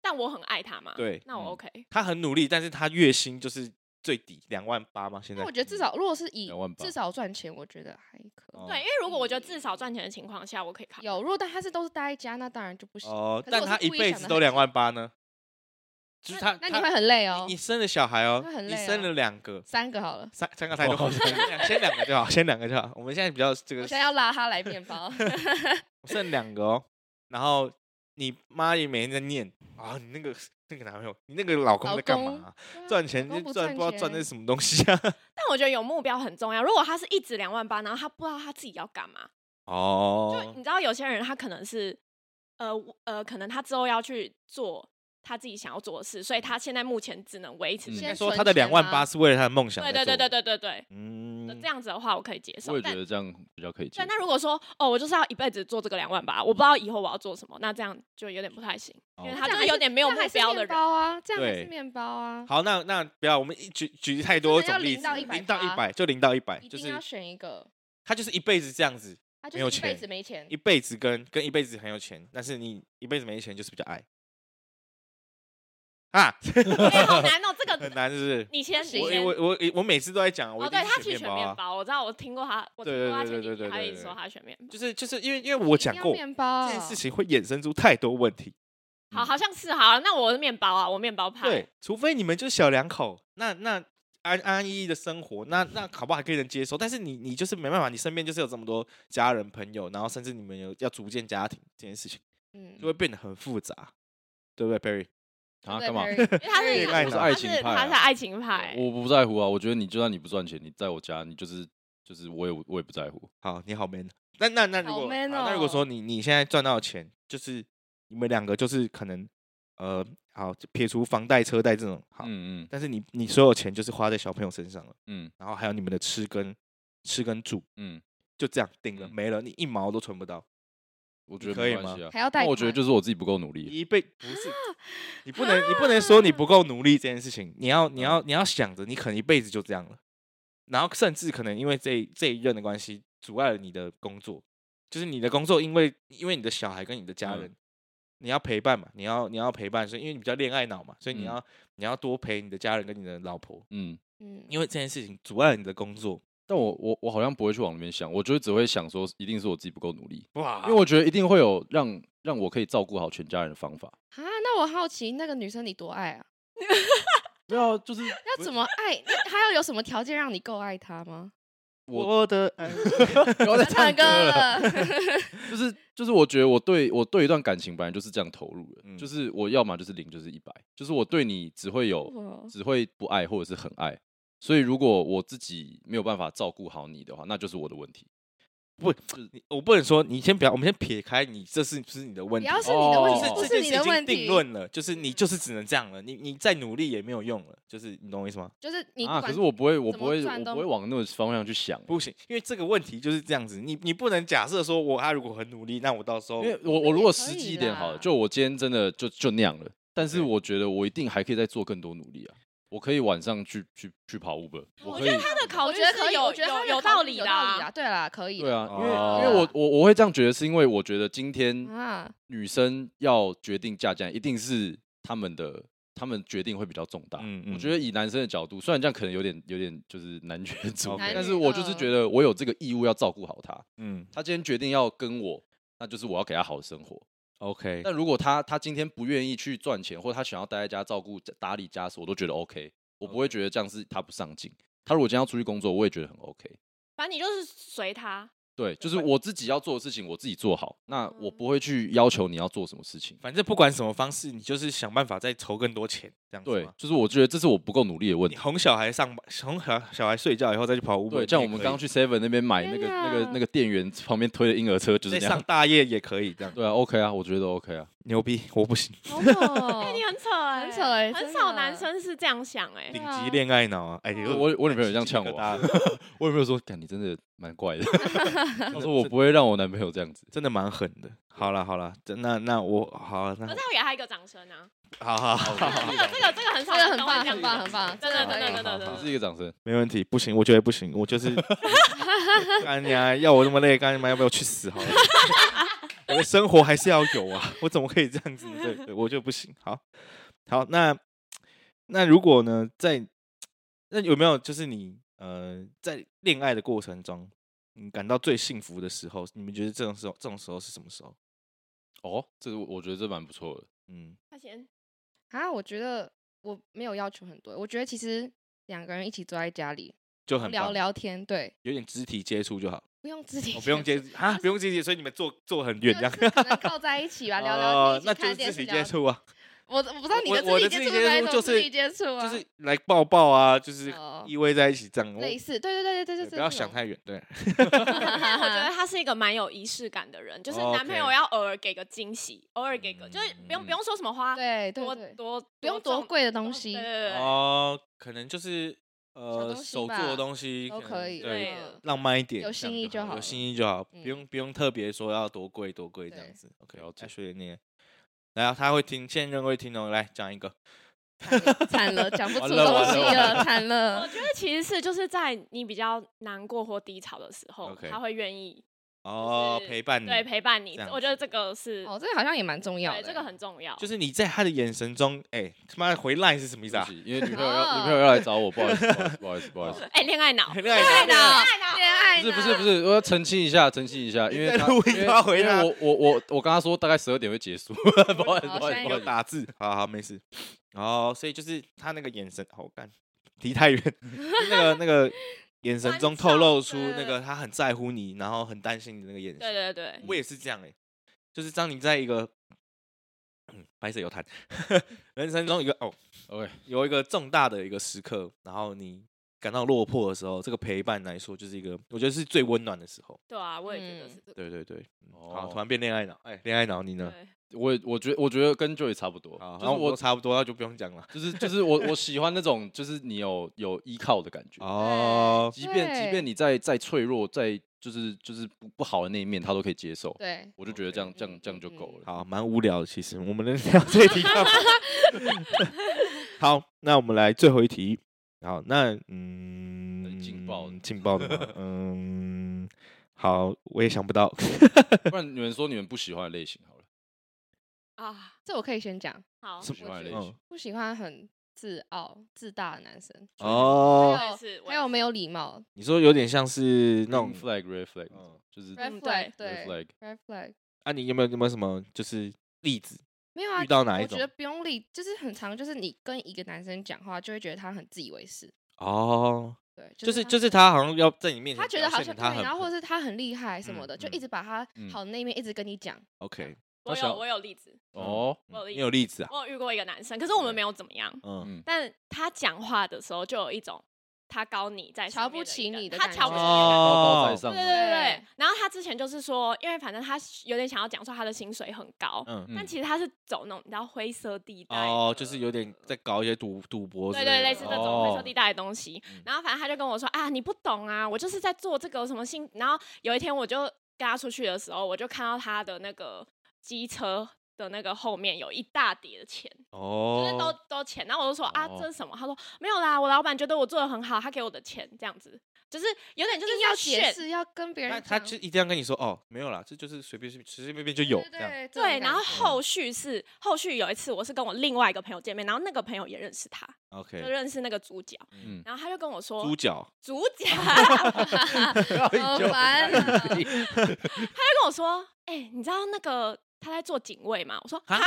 S1: 但我很爱他嘛，
S2: 对
S1: 那
S4: 嗯
S1: 我 OK。
S2: 他很努力，但是他月薪就是最低两万八嘛，现在嗯
S3: 那我觉得至少如果是以
S4: 两万八
S3: 至少赚钱，我觉得还可
S2: 哦
S1: 对，因为如果我觉得至少赚钱的情况下，我可以考虑。
S3: 以。有，如果但他是都是待在家，那当然就不行。
S2: 哦，
S3: 可是
S2: 但
S3: 我是
S2: 他一
S3: 故意
S2: 辈
S3: 想
S2: 子
S3: 得
S2: 都
S3: 很
S2: 两万八呢，就是他
S3: 那你
S2: 他
S3: 会很累哦
S2: 你你。生了小孩哦
S3: 那，很
S2: 你
S3: 累啊
S2: 生了两个，
S3: 三个好了，
S2: 三三个太多，先两个就好，先两个就好。我们现在比较这
S3: 我
S2: 个
S3: 现在要拉他来面包。
S2: 我剩两个哦，然后你妈也每天在念啊，你那个那个男朋友，你那个老公
S3: 老
S2: 在干
S3: 公
S2: 嘛啊、赚钱
S3: 老公
S2: 就
S3: 不
S2: 赚，
S3: 赚
S2: 不知道赚
S3: 钱
S2: 的是什么东西啊？
S1: 但我觉得有目标很重要。如果他是一直两万八，然后他不知道他自己要干嘛，就
S2: 哦
S1: 你，知道有些人他可能是，呃呃，可能他之后要去做他自己想要做的事，所以他现在目前只能维持现
S4: 嗯
S2: 应该
S1: 在。
S3: 先
S2: 说
S3: 存
S2: 他的两
S3: 钱
S2: 万
S3: 啊
S2: 八是为了他的梦想。
S1: 对对对对，对对对，
S2: 嗯，
S1: 这样子的话我可以接
S3: 哦
S4: 我
S1: 受。
S4: 也觉
S1: 但
S4: 得这样比较可以接
S1: 但
S4: 受。
S1: 他如果说哦，我就是要一辈子做这个两万八，我不知道以后我要做什么，那这样就有点不太行，因为
S2: 哦
S1: 他
S3: 这
S1: 就
S3: 样
S1: 是
S3: 还
S1: 有
S3: 是
S1: 点没有目
S3: 这样还是
S1: 标的
S3: 面
S1: 人。
S3: 包 啊，这样还
S2: 对
S3: 是面包啊，
S2: 好，那那不要，我们一举举太
S3: 真
S2: 多
S3: 的要
S2: 种例
S3: 零
S2: 子
S3: 到，
S2: 零到一
S3: 180
S2: 百就零到一百，
S3: 一
S2: 就
S3: 定
S2: 是
S3: 要选一个。
S2: 他就是一辈子这样子，
S3: 他
S2: 没有
S3: 就是一辈
S2: 钱
S3: 子没钱
S2: 一，辈子跟跟一辈子很有钱，但是你一辈子没钱就是比较爱啊，
S1: 哎，好难哦，这
S2: 很
S1: 个
S2: 难是不 是？
S1: 你先，
S3: 不行
S1: 你
S2: 我
S1: 先。
S2: 我我我每次都在讲，我
S1: 哦，
S2: 一定
S1: 对
S2: 是
S1: 他其实选
S2: 包啊
S1: 面包，我知道，我听过他，我听
S2: 对
S1: 过他
S2: 对
S1: 前
S2: 对
S1: 几
S2: 对
S1: 集，
S2: 对
S1: 他
S2: 对
S1: 一
S2: 对
S1: 直说他选面包。
S2: 就是就是因为因为我讲
S3: 一定要
S2: 过
S3: 面包
S2: 这件事情会衍生出太多问题，
S1: 好，好像是好，那我是面包啊，我面包派。
S2: 对，除非你们就是小两口，那那安安安逸逸的生活，那那搞不好还可以能接受，但是你你就是没办法，你身边就是有这么多家人朋友，然后甚至你们有要组建家庭这件事情，
S3: 嗯
S2: 就，会变得很复杂，对不对，Perry？
S4: 啊，干嘛？
S3: 因为
S1: 因为他是
S2: 恋爱
S1: 他是
S2: 脑
S1: 他是他是爱情派，
S4: 我不在乎啊，我觉得你就算你不赚钱，你在我家，你就是就是我也我也不在乎。
S2: 好，你好 man。那那那如
S3: 好
S2: 果、
S3: man
S2: 好那如果
S3: 哦
S2: 说你你现在赚到的钱，就是你们两个就是可能呃好撇除房贷车贷这种好，
S4: 嗯
S2: 但是你你所有钱就是花在小朋友身上了。
S4: 嗯
S2: 然后还有你们的吃跟吃跟住，
S4: 嗯嗯，
S2: 就这样顶了
S4: 嗯
S2: 没了，你一毛都存不到。
S4: 我觉得
S2: 可以
S4: 没关系啊。
S3: 还要贷
S4: 那
S3: 款，
S4: 我觉得就是我自己不够努力。
S2: 一辈不是，
S4: 啊
S2: 你不能你不能说你不够努力这件事情，你要你
S4: 嗯
S2: 要你要想着你可能一辈子就这样了，然后甚至可能因为这这一任的关系阻碍了你的工作，就是你的工作因为因为你的小孩跟你的家
S4: 嗯
S2: 人，你要陪伴嘛，你要你要陪伴，所以因为你比较恋爱脑嘛，所以你
S4: 嗯
S2: 要你要多陪你的家人跟你的老婆，
S4: 嗯，
S3: 嗯，
S2: 因为这件事情阻碍了你的工作，
S4: 但我我我好像不会去往那边想，我就只会想说，一定是我自己不够努力，
S2: 哇
S4: 因为我觉得一定会有让让我可以照顾好全家人的方法。
S3: 啊，那我好奇那个女生你多爱啊？
S4: 没有啊，就是
S3: 要怎么爱？那还要有什么条件让你够爱 她吗？
S4: 我
S2: 我的爱
S4: 不要再唱
S3: 唱
S4: 歌
S3: 歌
S4: 了，
S3: 了，
S4: 就是就是我觉得我对我对一段感情本来就是这样投入的，
S2: 嗯
S4: 就是我要么就是零就是一百，就是我对你只会有
S3: 哇
S4: 只会不爱或者是很爱，所以如果我自己没有办法照顾好你的话，那就是我的问题。
S2: 不
S4: 就是
S2: 你我不能说你先不要，我们先撇开你这是不是你的问
S3: 不
S2: 题，
S3: 要是你的问
S4: 哦
S3: 题，
S2: 就
S3: 不
S2: 是
S3: 是
S2: 这件
S3: 你
S2: 事已
S3: 的
S2: 经
S3: 问题
S2: 定，论了，就是你就是只能这样了，你你再努力也没有用了，就是你懂我意思吗？
S3: 就是你
S4: 啊，可
S3: 不管
S4: 是我不会，我
S3: 怎
S4: 不
S3: 么
S4: 会，
S3: 转
S4: 我
S3: 都
S4: 不会往那个方向去想，
S2: 不行，因为这个问题就是这样子，你你不能假设说我他如果很努力，那我到时候
S4: 因为我我如果
S3: 也可
S4: 实
S3: 以
S4: 际一点好了，
S3: 啦
S4: 就我今天真的就就那样了，但是
S2: 对
S4: 我觉得我一定还可以再做更多努力啊，我可以晚上去去去跑 Uber，我
S1: 我觉
S4: 可以
S1: 得。他的考
S3: 我
S1: 虑
S3: 觉得可
S1: 是
S3: 以，
S1: 有
S3: 我觉得她
S1: 有
S3: 的
S1: 有
S3: 考
S1: 道
S3: 虑
S1: 理
S3: 有
S1: 的
S3: 道理
S1: 啊
S3: 啦，，对啦，可以
S4: 对
S3: 的
S4: 啊，因为
S2: 哦
S4: 因为我我我会这样觉得，是因为我觉得今天
S2: 嗯
S3: 啊，
S4: 女生要决定嫁嫁，一定是他们的，他们决定会比较重大。
S2: 嗯
S4: 我觉得以男生的角度，虽然这样可能有点有点就是男权主义，
S2: 男
S4: 但
S3: 女
S4: 是我就是
S3: 嗯
S4: 觉得我有这个义务要照顾好她。
S2: 嗯
S4: 她今天决定要跟我，那就是我要给她好的生活。
S2: ，OK，
S4: 但如果她她今天不愿意去赚钱，或者她想要待在家照顾打理家事，我都觉得 OK，我不会觉得这样是她不上进。她如果今天要出去工作，我也觉得很 OK。
S1: 反正你就是随他。
S4: 对，就是我自己要做的事情，我自己做好。那我
S3: 嗯
S4: 不会去要求你要做什么事情。
S2: 反正不管什么方式，你就是想办法再筹更多钱，这样子
S4: 对
S2: 吗，
S4: 就是我觉得这是我不够努力的问
S2: 你
S4: 题。
S2: 哄小孩上班，哄小小孩睡觉以后再去跑 Uber，
S4: 对，像我们刚刚
S2: 去
S4: 去 Seven 那边买那个
S3: 天
S4: 那个
S3: 哪
S4: 那个店员旁边推的婴儿车，就是
S2: 再
S4: 那
S2: 上
S4: 样。
S2: 大夜也可以这样，
S4: 对啊，OK 啊，我觉得 OK 啊。
S2: 牛逼，我不行，
S3: 好猛哦
S1: 哎，你很扯哎，
S3: 很扯欸
S1: 很
S3: 真
S1: 少
S3: 的
S1: 男生是这样想哎。
S2: 顶
S3: 啊
S2: 级恋爱脑啊！哎呦，
S4: 我我女朋友也这样
S2: 鸡皮
S4: 呛
S2: 疙
S4: 我啊，
S2: 瘩
S4: 我有没有说，干你真的蛮怪的？他说我不会让我男朋友这样子。
S2: 真的蛮狠的。好了好了，真那那我好了，
S1: 可是
S2: 那
S1: 要给他一个掌声啊！
S2: 好好好，
S1: 这个这个这个这个很
S3: 这
S1: 少，
S3: 个很棒，很棒，很。棒，
S1: 真的真的
S3: 可
S1: 真的
S3: 以
S1: 真
S2: 好
S1: 的
S2: 好
S4: 是
S1: 真
S4: 一
S1: 的，
S4: 个掌声。
S2: 没问题，不行，我觉得不行，我就是干娘要我那么累，干娘要不要去死好了？我的生活还是要有啊，我怎么可以这样子？对，对我就不行。好，好，那那如果呢，在那有没有就是你呃，在恋爱的过程中，你感到最幸福的时候，你们觉得这种时候，这种时候是什么时候？
S4: 哦，这个我觉得这蛮不错的。
S2: 嗯，
S1: 他先
S3: 啊，我觉得我没有要求很多，我觉得其实两个人一起坐在家里
S2: 就很
S3: 聊
S2: 棒，
S3: 聊天，对，
S2: 有点肢体接触就好，
S3: 不用自己
S2: 我不用接啊，不用肢体，所以你们坐坐很远这
S3: 就
S2: 样。
S3: 是可 能靠在一起吧，聊聊
S2: 哦
S3: 天，一
S2: 那
S3: 起
S2: 就是肢
S3: 看电视
S2: 体
S3: 聊
S2: 接。触啊。
S3: 我我不知道你
S2: 我我的
S3: 的
S2: 肢
S3: 肢
S2: 体
S3: 体接触
S2: 接
S3: 哪一
S2: 触
S3: 种
S2: 就是
S3: 肢体接触啊，
S2: 就是来抱抱啊，就是
S3: 哦
S2: 依偎在一起这样。我
S3: 类似，对对对对对
S2: 对
S3: 对，
S2: 不要想太远，对，
S1: 但我觉 得他是一个蛮有仪式感的人，就是
S2: 哦
S1: 男朋友
S2: OK
S1: 要偶尔给个惊喜，偶尔给个，就是不用
S2: 嗯
S1: 不用说什么花，
S3: 对对
S1: 多
S3: 对，
S1: 多
S3: 不用多
S1: 重
S3: 贵的东西
S1: 对，对对，
S2: 哦，可能就是
S3: 小
S2: 呃
S3: 东西
S2: 手做
S3: 吧
S2: 的东西
S3: 都
S2: 能
S3: 可以，
S1: 对
S2: 对，
S3: 嗯
S2: 浪漫一点，
S3: 有
S2: 这样
S3: 心意就
S2: 就有
S3: 好
S2: 心意就好，
S3: 嗯
S2: 不用不用特别说要多贵多贵这样
S3: 对
S2: 子。OK，
S4: 了解
S2: 艾雪你也，来啊，他会听，现任会听哦，来讲一个，
S3: 惨了，讲不出
S4: 完
S3: 东
S4: 了
S2: 完
S3: 西
S2: 了完
S3: 了，惨
S1: 我
S3: 了。
S1: 觉得其实是就是在你比较难过或低潮的时候，
S2: OK
S1: 他会愿意
S2: 哦，
S1: 就是
S2: 陪伴你，
S1: 对陪伴你
S2: 这样。
S1: 我觉得这个是
S3: 哦，这个好像也蛮重要的
S1: 对
S3: 欸，
S1: 这个很重要，
S2: 就是你在他的眼神中，哎，他妈的回赖是什么意思
S4: 对
S2: 啊
S4: 不？起，因为女朋友
S3: 哦
S4: 要女朋友要来找我，不好意思，不好意思，不好意思。不好意 思
S1: 哎恋爱脑，
S2: 恋爱
S3: 爱
S2: 脑
S3: 脑
S1: 恋爱脑，
S3: 恋爱
S4: 不是
S3: 呢
S4: 不是不是，我要澄清一下，澄清一下，因为
S2: 在
S4: 啊他
S2: 录音
S4: 因为
S2: 他回
S4: 因为
S2: 答
S4: 我我我我跟他说大概十二点会结束， 不好意思，
S3: 好
S4: 不好意
S3: 下
S4: 思，
S3: 一
S4: 不
S3: 个
S4: 好
S2: 有
S4: 意思。
S2: 打字，好好没事。哦，所以就是他那个眼神，好干，离太远，就那个那个眼神中透露出那个他很在乎你，然后很担心你的那个眼神。
S1: 对对对，
S2: 我也是这样哎、就是当你在一个、嗯、白色有痰人生中一个哦
S4: OK，
S2: 有一个重大的一个时刻，然后你感到落魄的时候，这个陪伴来说就是一个，我觉得是最温暖的时候。
S1: 对啊，我也觉得是这个。
S2: 对对对，嗯好，
S4: 哦
S2: 突然变恋爱脑，哎，恋爱脑你呢？
S1: 对
S4: 我我觉我觉得跟 Joy 差不多，
S2: 好，
S4: 就
S2: 然
S4: 是
S2: 后我
S4: 我
S2: 差不多，那就不用讲了。
S4: 就是就是我我喜欢那种就是你有有依靠的感觉，
S2: 哦，
S4: 即便即
S3: 对
S4: 便你再再脆弱，再就是就是不不好的那一面，他都可以接受。
S3: 对，
S4: 我就觉得这样这样
S3: 嗯
S4: 这样就
S3: 嗯
S4: 够了。
S2: 好，蛮无聊的，其实我们能聊这一题干嘛？ 好，那我们来最后一题。好，那嗯，
S4: 劲爆的
S2: 劲爆的吗，嗯，好，我也想不到。
S4: 不然你们说你们不喜欢的类型好了，
S1: 啊，
S3: 这我可以先讲，
S1: 好，
S4: 不喜欢的类
S3: 我
S4: 型哦
S2: 嗯，
S3: 不喜欢很自傲、自大的男生，
S1: 我
S2: 哦，
S1: 也是我
S3: 还
S1: 也
S3: 有没有礼貌
S2: 你说有点像是那种
S4: Green flag red flag，那种就是
S3: ，red
S1: 嗯
S3: flag，
S1: 对
S4: red
S3: 对
S4: flag，
S3: ，red flag，
S2: 啊，你有没有有没有什么就是例子？
S3: 没有啊，
S2: 遇到哪一
S3: 我觉
S2: 种
S3: 得不用理，就是很常，就是你跟一个男生讲话，就会觉得他很自以为是，
S2: 哦，
S3: 对，
S2: 就是
S3: 他
S2: 就是他好像要在你面前
S3: 他
S2: 表
S3: 觉
S2: 现
S3: 得
S2: 得
S3: 好
S2: 他
S3: 像
S2: 很，
S3: 对，然后或者是他很厉害什么
S2: 嗯
S3: 的，就
S2: 嗯
S3: 一直把他
S4: 嗯
S3: 好的那一面一直跟你讲，
S2: OK，
S1: 我
S4: 想
S1: 有我有例子，
S4: 哦，
S1: 我有
S2: 嗯
S1: 例
S2: 你
S1: 子
S2: 有例子啊？
S1: 我有遇过一个男生，可是我们没有怎么样，
S2: 嗯，
S4: 嗯，
S1: 但他讲话的时候就有一种他高你在上
S3: 瞧
S1: 面
S3: 不
S1: 的
S3: 起
S1: 一个
S3: 你的
S1: 他
S3: 感
S1: 瞧不
S3: 觉
S1: 起你的
S4: 高高在
S2: 哦
S4: 上
S1: 对对
S4: 的，
S1: 对
S3: 对
S1: 对。然后他之前就是说，因为反正他有点想要讲说他的薪水很高，
S2: 嗯
S4: 嗯
S1: 但其实他是走那种你知道灰色地带
S2: 哦，
S1: 的
S2: 就是有点在搞一些赌赌博之
S1: 对
S2: 的，
S1: 对，类似这种灰色地
S2: 带。
S1: 带的东西。
S2: 哦嗯
S1: 然后反正他就跟我说啊，你不懂啊，我就是在做这个什么新。然后有一天我就跟他出去的时候，我就看到他的那个机车的那个后面有一大叠的钱，就是都
S2: 哦，
S1: 都钱。然后我就说啊，
S4: 哦
S1: 这是什么？他说没有啦，我老板觉得我做的很好，他给我的钱这样子，就是有点就是
S3: 硬要
S1: 在
S3: 解
S1: 炫
S3: 释，要跟别
S2: 那
S3: 人
S2: 他
S3: 讲，
S2: 就一定要跟你说哦，没有啦，这就是随便随随随便便就有
S3: 对
S2: 这样。
S3: 对，这种
S1: 对，然后
S3: 感觉
S1: 后续是后续有一次，我是跟我另外一个朋友见面，然后那个朋友也认识他，就
S2: OK，
S1: 认识那个主角，
S4: 嗯
S1: 然后他就跟我说，
S2: 猪脚，
S1: 主角他
S3: 好烦啊
S1: 就跟我说，哎、你知道那个他在做警卫吗？我说
S2: 啊
S1: 啊，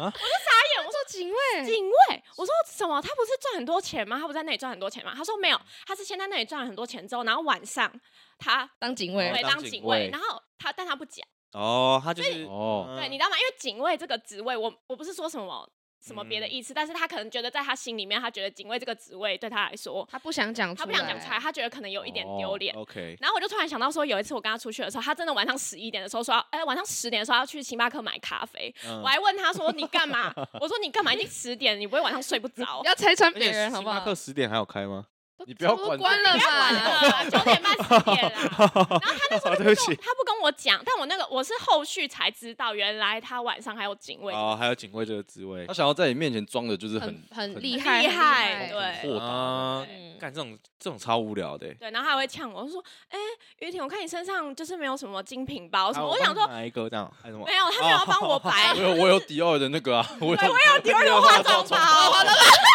S3: 我说警卫，
S1: 警卫，我说什么？他不是赚很多钱吗？他不是在那里赚很多钱吗？他说没有，他是先在那里赚了很多钱之后，然后晚上他
S3: 当警
S2: 哦
S1: 会
S3: 卫，
S2: 当
S1: 当
S2: 警
S1: 警
S2: 卫
S1: 卫，然后他但他不讲，
S2: 哦，他就是
S4: 哦，
S1: 对，你知
S2: 的
S1: 道吗？因为警卫这个职位，我我不是说什么。什么别的意思？但是他可能觉得，在他心里面，他觉得警卫这个职位对他来说，
S3: 他不想讲，
S1: 他不想讲出来，，他觉得可能有一点丢脸。
S2: 哦 OK，
S1: 然后我就突然想到说，有一次我跟他出去的时候，他真的晚上十一点的时候说要，哎、晚上十点的时候要去星巴克买咖啡。
S2: 嗯
S1: 我还问他说：“你干嘛？”我说：“你干嘛？已经十点，你不会晚上睡不着
S3: 不？”要拆穿
S2: 而
S3: 别
S2: 且
S3: 人好
S2: 星
S3: 不
S2: 巴
S3: 好
S2: 克？十点还有开吗？
S4: 你不要
S3: 差多
S4: 管
S3: 关
S4: 这
S3: 了
S1: 不要晚
S3: 吧，
S1: 了，九点半十点 啦。然后他那时候
S2: 哦
S1: 就
S2: 对
S1: 不跟
S2: 不
S1: 我
S2: 起
S1: 他不跟我讲，但我那个我是后续才知道，原来他晚上还有警卫。
S2: 哦，还有警卫这个职位
S4: 他，想要在你面前装的就是
S3: 很
S4: 很
S3: 厉
S1: 害
S3: 害，
S1: 厉
S3: 很
S1: 害对
S4: 很豁达
S2: 哦啊
S4: 的，
S3: 嗯
S2: 干这种这种超无聊的欸。
S1: 对，然后他还会呛我，我说：“哎、于婷，我看你身上就是没有什么精品包什么。
S2: 啊
S1: 我
S2: 帮
S1: 想
S2: 你
S1: 说，
S2: 买一哦个这样，还有什么？
S1: 没有，他没有要帮 我白。
S4: 我有我有迪奥的那个啊，我有
S1: 对，我有第二个化妆包，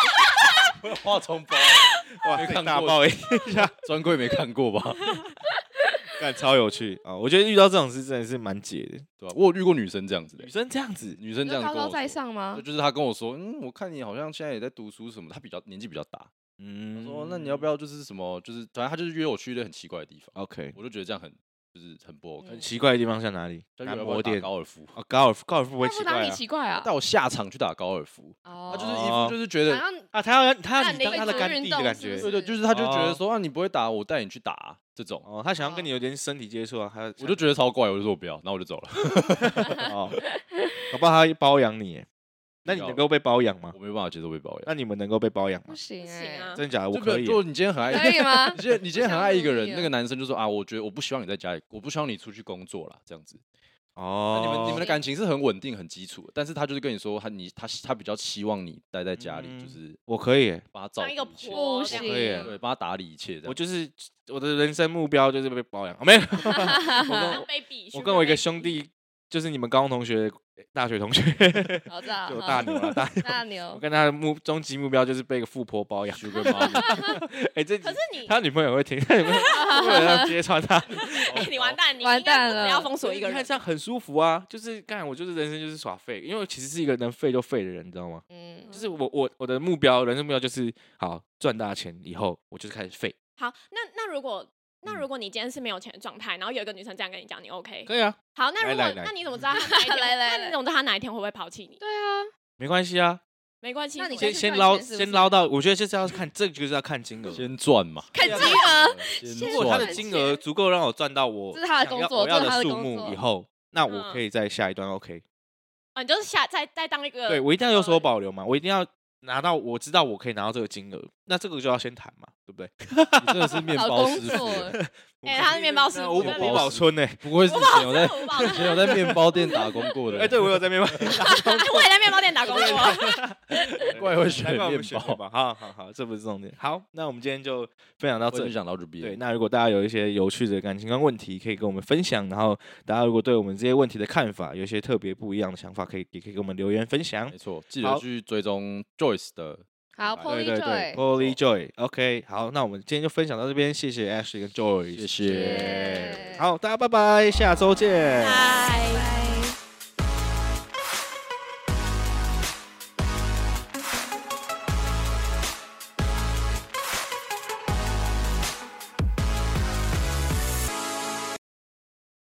S4: 我有化妆包，
S2: 哇，
S4: 没
S2: 被
S4: 看
S2: 大
S4: 过
S2: 爆一欸
S4: 专柜没看过吧？
S2: 干超有趣啊！我觉得遇到这种事真的是蛮解的。
S4: 对吧？我有遇过女生这样子的
S2: 女，生这样子，
S4: 女生
S3: 你
S4: 这样
S3: 就高
S4: 跟我
S3: 高在
S4: 说。
S3: 上啊吗
S4: 就？就是他跟我说，嗯，我看你好像现在也在读书什么，他比较年纪比较大。他
S2: 嗯
S4: 说，那你要不要就是什么，就是反正他就是约我去一堆很奇怪的地方，
S2: ？OK，
S4: 我就觉得这样很就是很不 OK。
S3: 嗯
S2: 奇怪的地方像哪里？
S4: 他约
S2: 男
S4: 我要不要
S2: 模
S4: 打
S2: 店
S4: 高尔夫，
S2: 哦，高尔夫，高尔夫不会
S3: 他
S2: 奇
S3: 不哪
S2: 怪
S3: 里
S2: 啊。
S3: 奇怪啊？
S4: 带我下场去打高尔夫，
S3: 哦
S4: 他就是一副就是觉
S3: 好
S4: 得，
S3: 像
S2: 啊，他要他要
S3: 占
S2: 你
S3: 领
S2: 当他的
S3: 民族
S2: 干
S3: 运
S2: 弟的
S3: 动
S2: 感
S3: 是不
S2: 觉
S3: 是。
S4: 对对，就是他就觉
S2: 哦
S4: 得说啊，你不会打，我带你去打啊这种，
S2: 哦，他想要跟你有点身体接触啊， 他
S4: 我就觉得超怪，我就说我不要，然后我就走了，
S2: 哦，搞不好他包养你耶，那你能够被包养吗
S4: 我？没有办法接受被包养。
S2: 那你们能够被包养
S3: 不
S2: 吗？
S3: 行
S1: 不
S3: 哎
S1: 行，啊
S2: 真假的？我
S4: 就没有
S2: 可以耶
S4: 就你今天很爱
S3: 可以啊吗
S4: 你？今天你今天很爱一个
S3: 不想努力
S4: 人，
S3: 啊
S4: 那个男生就说啊，我觉得我不希望你在家里，我不希望你出去工作啦，这样子。那
S2: 哦
S4: 你们你们的感情是很稳定、很基础的，但是他就是跟你说他你他他比较希望你待在家里，
S2: 嗯
S4: 就是
S2: 我可以耶，
S4: 帮他照
S1: 当一个
S4: 顾一切，
S1: 婆
S3: 不
S1: 这样
S2: 可以
S3: 行啊
S4: 对，，帮他打理一切这
S2: 我
S4: 样。
S2: 就是我的人生目标就是被包养， 哦没有，
S1: 当
S2: 我
S1: baby，
S2: 跟我
S1: sugar
S2: 跟我一个
S1: baby
S2: 兄，弟，就是你们高中同学、大学同学，
S3: 我知道
S2: 就我大牛了，大牛。
S3: 大
S2: 我
S3: 牛，
S2: 跟他的目终极目标就是被一个富婆包养。
S4: Sugar Mommy，
S2: 哎，这集
S1: 可是你
S2: 他女朋友会听，他女朋友会不会要揭穿他。
S1: 哎、 你完蛋，你
S3: 完
S1: 应该
S3: 蛋
S1: 不只
S3: 了
S1: 要封锁一
S2: 你
S1: 个人
S2: 看。这样很舒服啊，就是干我就是人生就是耍废，因为我其实是一个能废就废的人，你知道吗？
S3: 嗯
S2: 就是我我我的目标，人生目标就是好赚大钱以后，我就是开始废。
S1: 好，那那如果那
S2: 嗯
S1: 如果你今天是没有钱的状态，然后有一个女生这样跟你讲，你 OK？
S2: 可以啊，
S1: 好，那
S2: 来
S1: 如果
S2: 来来嗯
S1: 那你怎么知道她哪一天？
S3: 来来
S1: 那
S3: 来
S1: 你怎么知道她哪一天会不会抛弃你？
S3: 对啊，
S2: 没关系啊，
S1: 没关系。
S3: 那你
S1: 我也
S2: 先
S3: 先去
S2: 先
S3: 赚
S2: 捞
S3: 钱是不
S2: 先
S3: 是
S2: 捞到，我觉得就是要看这个就是要看金额，
S4: 先赚嘛，
S3: 看
S2: 对啊
S3: 金额，
S2: 如
S4: 先
S2: 果他的
S4: 赚
S3: 钱
S2: 金额足够让我赚到我
S3: 这是他
S2: 想
S3: 的工
S2: 要
S3: 作，
S2: 我
S3: 这
S2: 要
S3: 是他
S2: 的
S3: 的
S2: 数
S3: 工
S2: 目以
S3: 作。
S2: 后，那我
S1: 嗯
S2: 可以在下一段 OK。
S1: 啊，你就是下再再当一个
S2: 对我一定要有所
S1: 呃
S2: 保留嘛，我一定要拿到我知道我可以拿到这个金额，那这个就要先谈嘛，对不对？
S4: 你真的是面
S3: 好
S4: 包
S3: 工
S4: 师傅
S3: 作，
S4: 欸，
S1: 哎他是面包师
S2: 那
S1: 傅
S2: 五
S4: 真
S2: 宝
S4: 的
S2: 五宝村呢？
S4: 不愧是以前有在
S1: 五宝
S4: 以前有在面包店打工过的，
S2: 哎，对我有在面 包打
S1: 哎， 我也在面包店打工过，
S2: 工，
S4: 怪会选
S2: 难怪我们
S4: 面
S2: 选
S4: 包
S2: 面包。好好好，这不是重点。好，那我们今天就分享到
S4: 我
S2: 这
S4: 分
S2: 里。
S4: 享到这边，
S2: 对，那如果大家有一些有趣的感情观问题，可以跟我们分享。然后，大家如果对我们这些问题的看法有一些特别不一样的想法，可以也可以给我们留言分享
S4: 没。错，记
S2: 好
S4: 得去追踪 Joyce 的
S3: 好
S2: 对
S4: 对
S3: ，Polly
S2: 对对
S3: Joy，
S2: ，Polly Joy，OK，好，那我们今天就分享到这边，谢谢 Ashley 跟 Joy，
S4: 谢
S2: 谢
S4: 谢
S3: 谢
S2: 好，大家拜拜，下周见。
S1: 嗨。